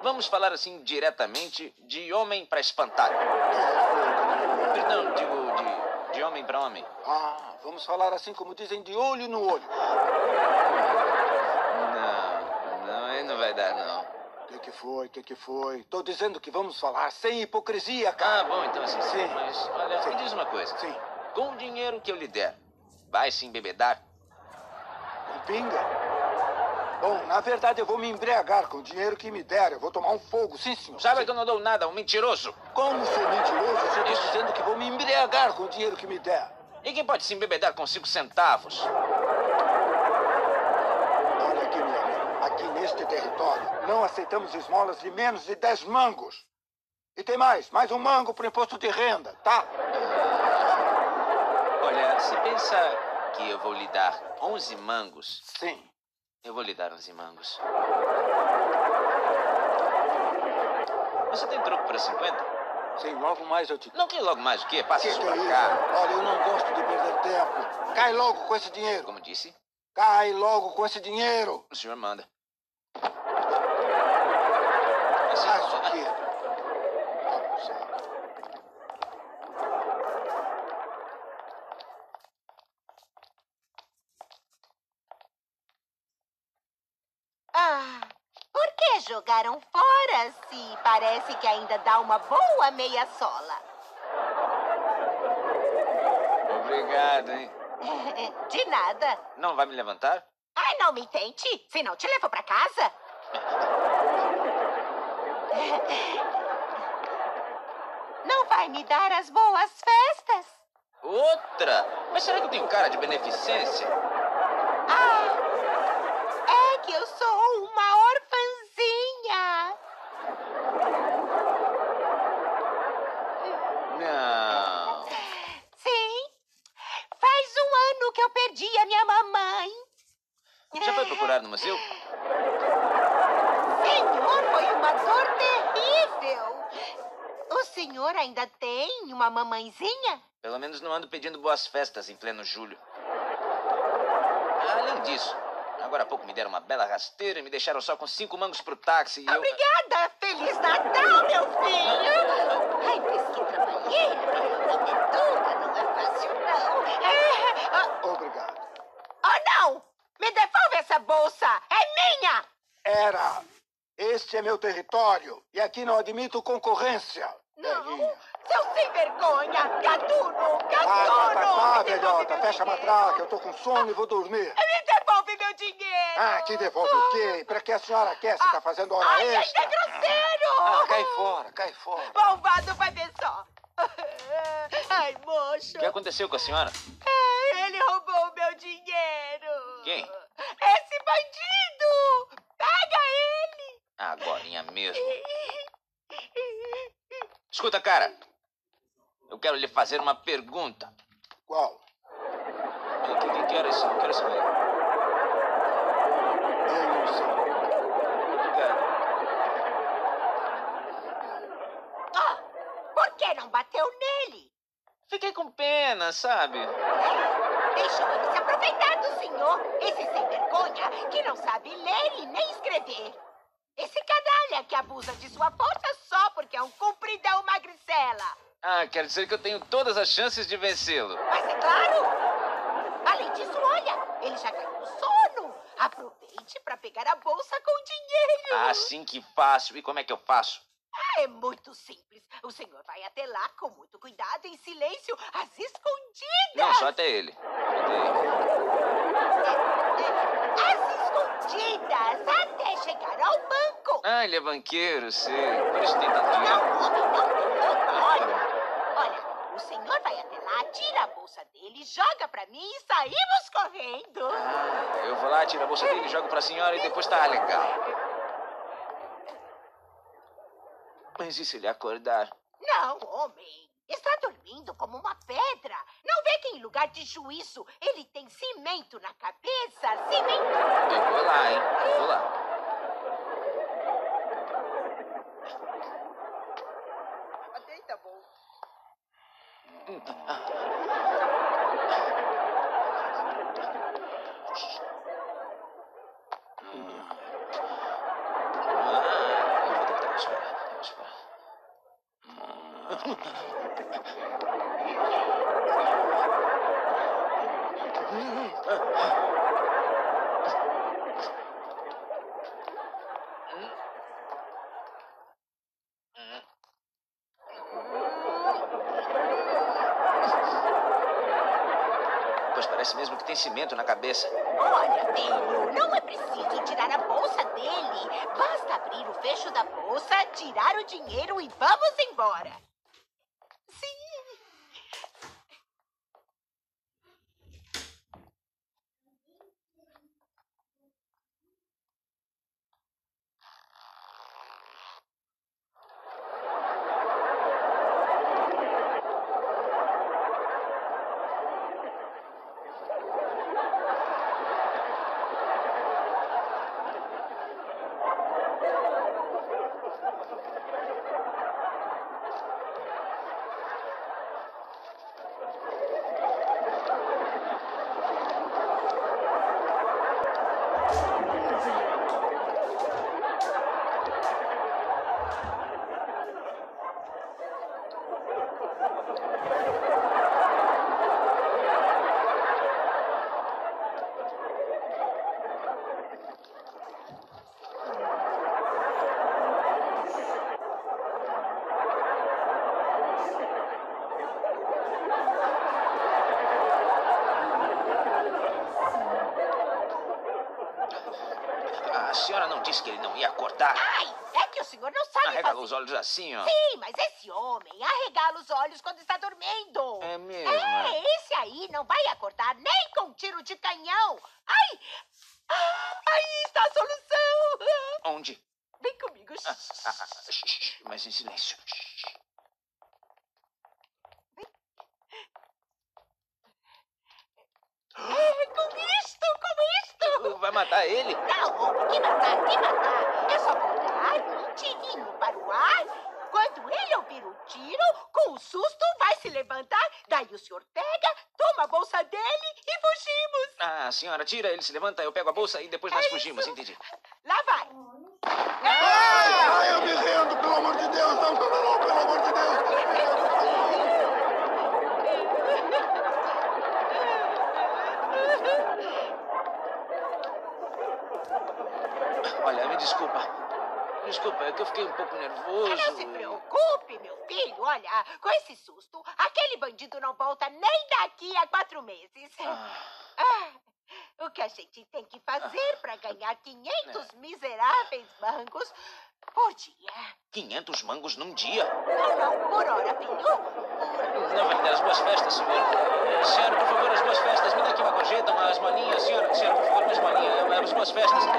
A: vamos falar assim diretamente de homem pra espantalho. Perdão, digo de, de homem pra homem.
E: Ah, vamos falar assim como dizem, de olho no olho.
A: Não, não, aí não vai dar, não.
E: O que, que foi? O que, que foi? Tô dizendo que vamos falar sem hipocrisia,
A: Ah,
E: cara.
A: bom, então assim,
E: Sim.
A: mas olha,
E: Sim.
A: me diz uma coisa.
E: Sim.
A: Com o dinheiro que eu lhe der, Vai se embebedar.
E: Com pinga? Bom, na verdade eu vou me embriagar com o dinheiro que me der. Eu vou tomar um fogo, sim, senhor.
A: Sabe que eu não dou nada, um mentiroso.
E: Como sou mentiroso? Você está dizendo que vou me embriagar com o dinheiro que me der.
A: Ninguém pode se embebedar com cinco centavos.
E: Olha aqui, meu amigo. Aqui neste território não aceitamos esmolas de menos de 10 mangos. E tem mais, mais um mango pro imposto de renda, tá?
A: Olha, se pensa que eu vou lhe dar 11 mangos.
E: Sim.
A: Eu vou lhe dar 11 mangos. Você tem troco para 50?
E: Sim, logo mais eu te.
A: Não que logo mais o quê? Passa
E: Que
A: isso
E: que
A: pra
E: é
A: cá.
E: Olha, eu não gosto de perder tempo. Cai logo com esse dinheiro.
A: Como disse,
E: Cai logo com esse dinheiro.
A: o senhor manda.
E: Acho que.
C: Ah, por que jogaram fora se parece que ainda dá uma boa meia sola?
A: Obrigado, hein?
C: De nada.
A: Não vai me levantar?
C: Ai, não me tente, senão te levo pra casa. Não vai me dar as boas festas?
A: Outra? Mas será que eu tenho cara de beneficência?
C: É que eu sou uma orfanzinha.
A: Não.
C: Sim. Faz um ano que eu perdi a minha mamãe.
A: Já foi procurar no museu?
C: Senhor, foi uma dor terrível. O senhor ainda tem uma mamãezinha?
A: Pelo menos não ando pedindo boas festas em pleno julho. Além disso, agora há pouco me deram uma bela rasteira e me deixaram só com cinco mangos pro táxi e eu.
C: Obrigada! Feliz Natal, meu filho!
F: Ai, mas que trabalheira, arquitetura, não é fácil, não.
C: É, ah,
E: Obrigado.
C: Oh, não! Me devolve essa bolsa! É minha!
E: Era. Este é meu território e aqui não admito concorrência. Não.
C: Seu sem vergonha! Gatuno!
E: Ah, tá, tá, tá,
C: Gatuno!
E: velhota. Fecha a matraca. Eu tô com sono e vou dormir.
C: Me devolve meu dinheiro!
E: Ah, que devolve o quê? Pra que a senhora quer? Você tá fazendo hora
C: Ai, ainda é
E: extra?
C: grosseiro!
E: Ah, cai fora, cai fora.
C: Malvado, vai ver só! Ai, moço!
A: O que aconteceu com a senhora?
C: Ai, Ele roubou o meu dinheiro!
A: Quem?
C: Esse bandido! Pega ele!
A: Agorinha mesmo. Escuta, cara. Eu quero lhe fazer uma pergunta.
E: Qual?
A: O que, que, que era isso? Não quero saber. Obrigado.
C: Ah, por que não bateu nele?
A: Fiquei com pena, sabe?
C: Deixou ele se aproveitar do senhor, esse sem vergonha que não sabe ler e nem escrever. Esse canalha que abusa de sua força só porque é um cumpridão magricela.
A: Ah, quer dizer que eu tenho todas as chances de vencê-lo.
C: Mas é claro! Além disso, olha, ele já caiu no sono. Aproveite para pegar a bolsa com dinheiro.
A: Ah, sim que fácil. E como é que eu faço?
C: Ah, é muito simples. O senhor vai até lá com muito cuidado, em silêncio, às escondidas.
A: Não, só até ele.
C: Às escondidas, até chegar ao banco.
A: Ah, ele é banqueiro, sei. Por isso tem tanto
C: Não,
A: dinheiro.
C: homem, não tem banco. Olha, olha, o senhor vai até lá, tira a bolsa dele, joga pra mim e saímos correndo.
A: Eu vou lá, tiro a bolsa dele, jogo pra senhora e depois tá legal. Mas e se ele acordar?
C: Não, homem. Está dormindo como uma pedra. Não vê que em lugar de juízo ele tem cimento na cabeça? Cimento.
A: Eu vou lá, hein? Eu vou lá.
F: Deita, bom.
A: Pois parece mesmo. pertencimento na cabeça.
C: Olha, filho, não é preciso tirar a bolsa dele. Basta abrir o fecho da bolsa, tirar o dinheiro e vamos embora. Sim.
A: A senhora não disse que ele não ia acordar?
C: Ai, é que o senhor não sabe
A: Arregala
C: fazer.
A: os olhos assim, ó.
C: Sim, mas esse homem arregala os olhos quando está dormindo.
A: É mesmo?
C: É, esse aí não vai acordar nem com um tiro de canhão. Ai! Aí está a solução!
A: Onde?
C: Vem comigo.
A: Ah, ah, ah, shh, shh, mas em silêncio.
C: É, com isto, com isto!
A: Vai matar ele?
C: Não, homem, que matar, que matar! Eu só vou dar um tirinho para o ar. Quando ele ouvir o tiro, com o susto, vai se levantar. Daí o senhor pega, toma a bolsa dele e fugimos.
A: Ah, senhora, tira, ele se levanta, eu pego a bolsa e depois nós fugimos, entendi.
C: Lá vai. Ah,
E: Ah,
G: Ai, eu me rendo, pelo amor de Deus, não, não, não, pelo amor de
A: Olha, me desculpa. Desculpa, é que eu fiquei um pouco nervoso.
C: Ah, não se preocupe, meu filho. Olha, com esse susto, aquele bandido não volta nem daqui a quatro meses. Ah, o que a gente tem que fazer para ganhar 500 miseráveis mangos por dia?
A: 500 mangos num dia?
C: Não, não, por hora, filho.
A: Não vai me dar as boas festas, senhor. Eh, Senhora, por favor, as boas festas. eh, Me dá aqui uma gorjeta, umas bolinhas. Senhora, senhora, por favor, mais bolinha. eh, As boas festas.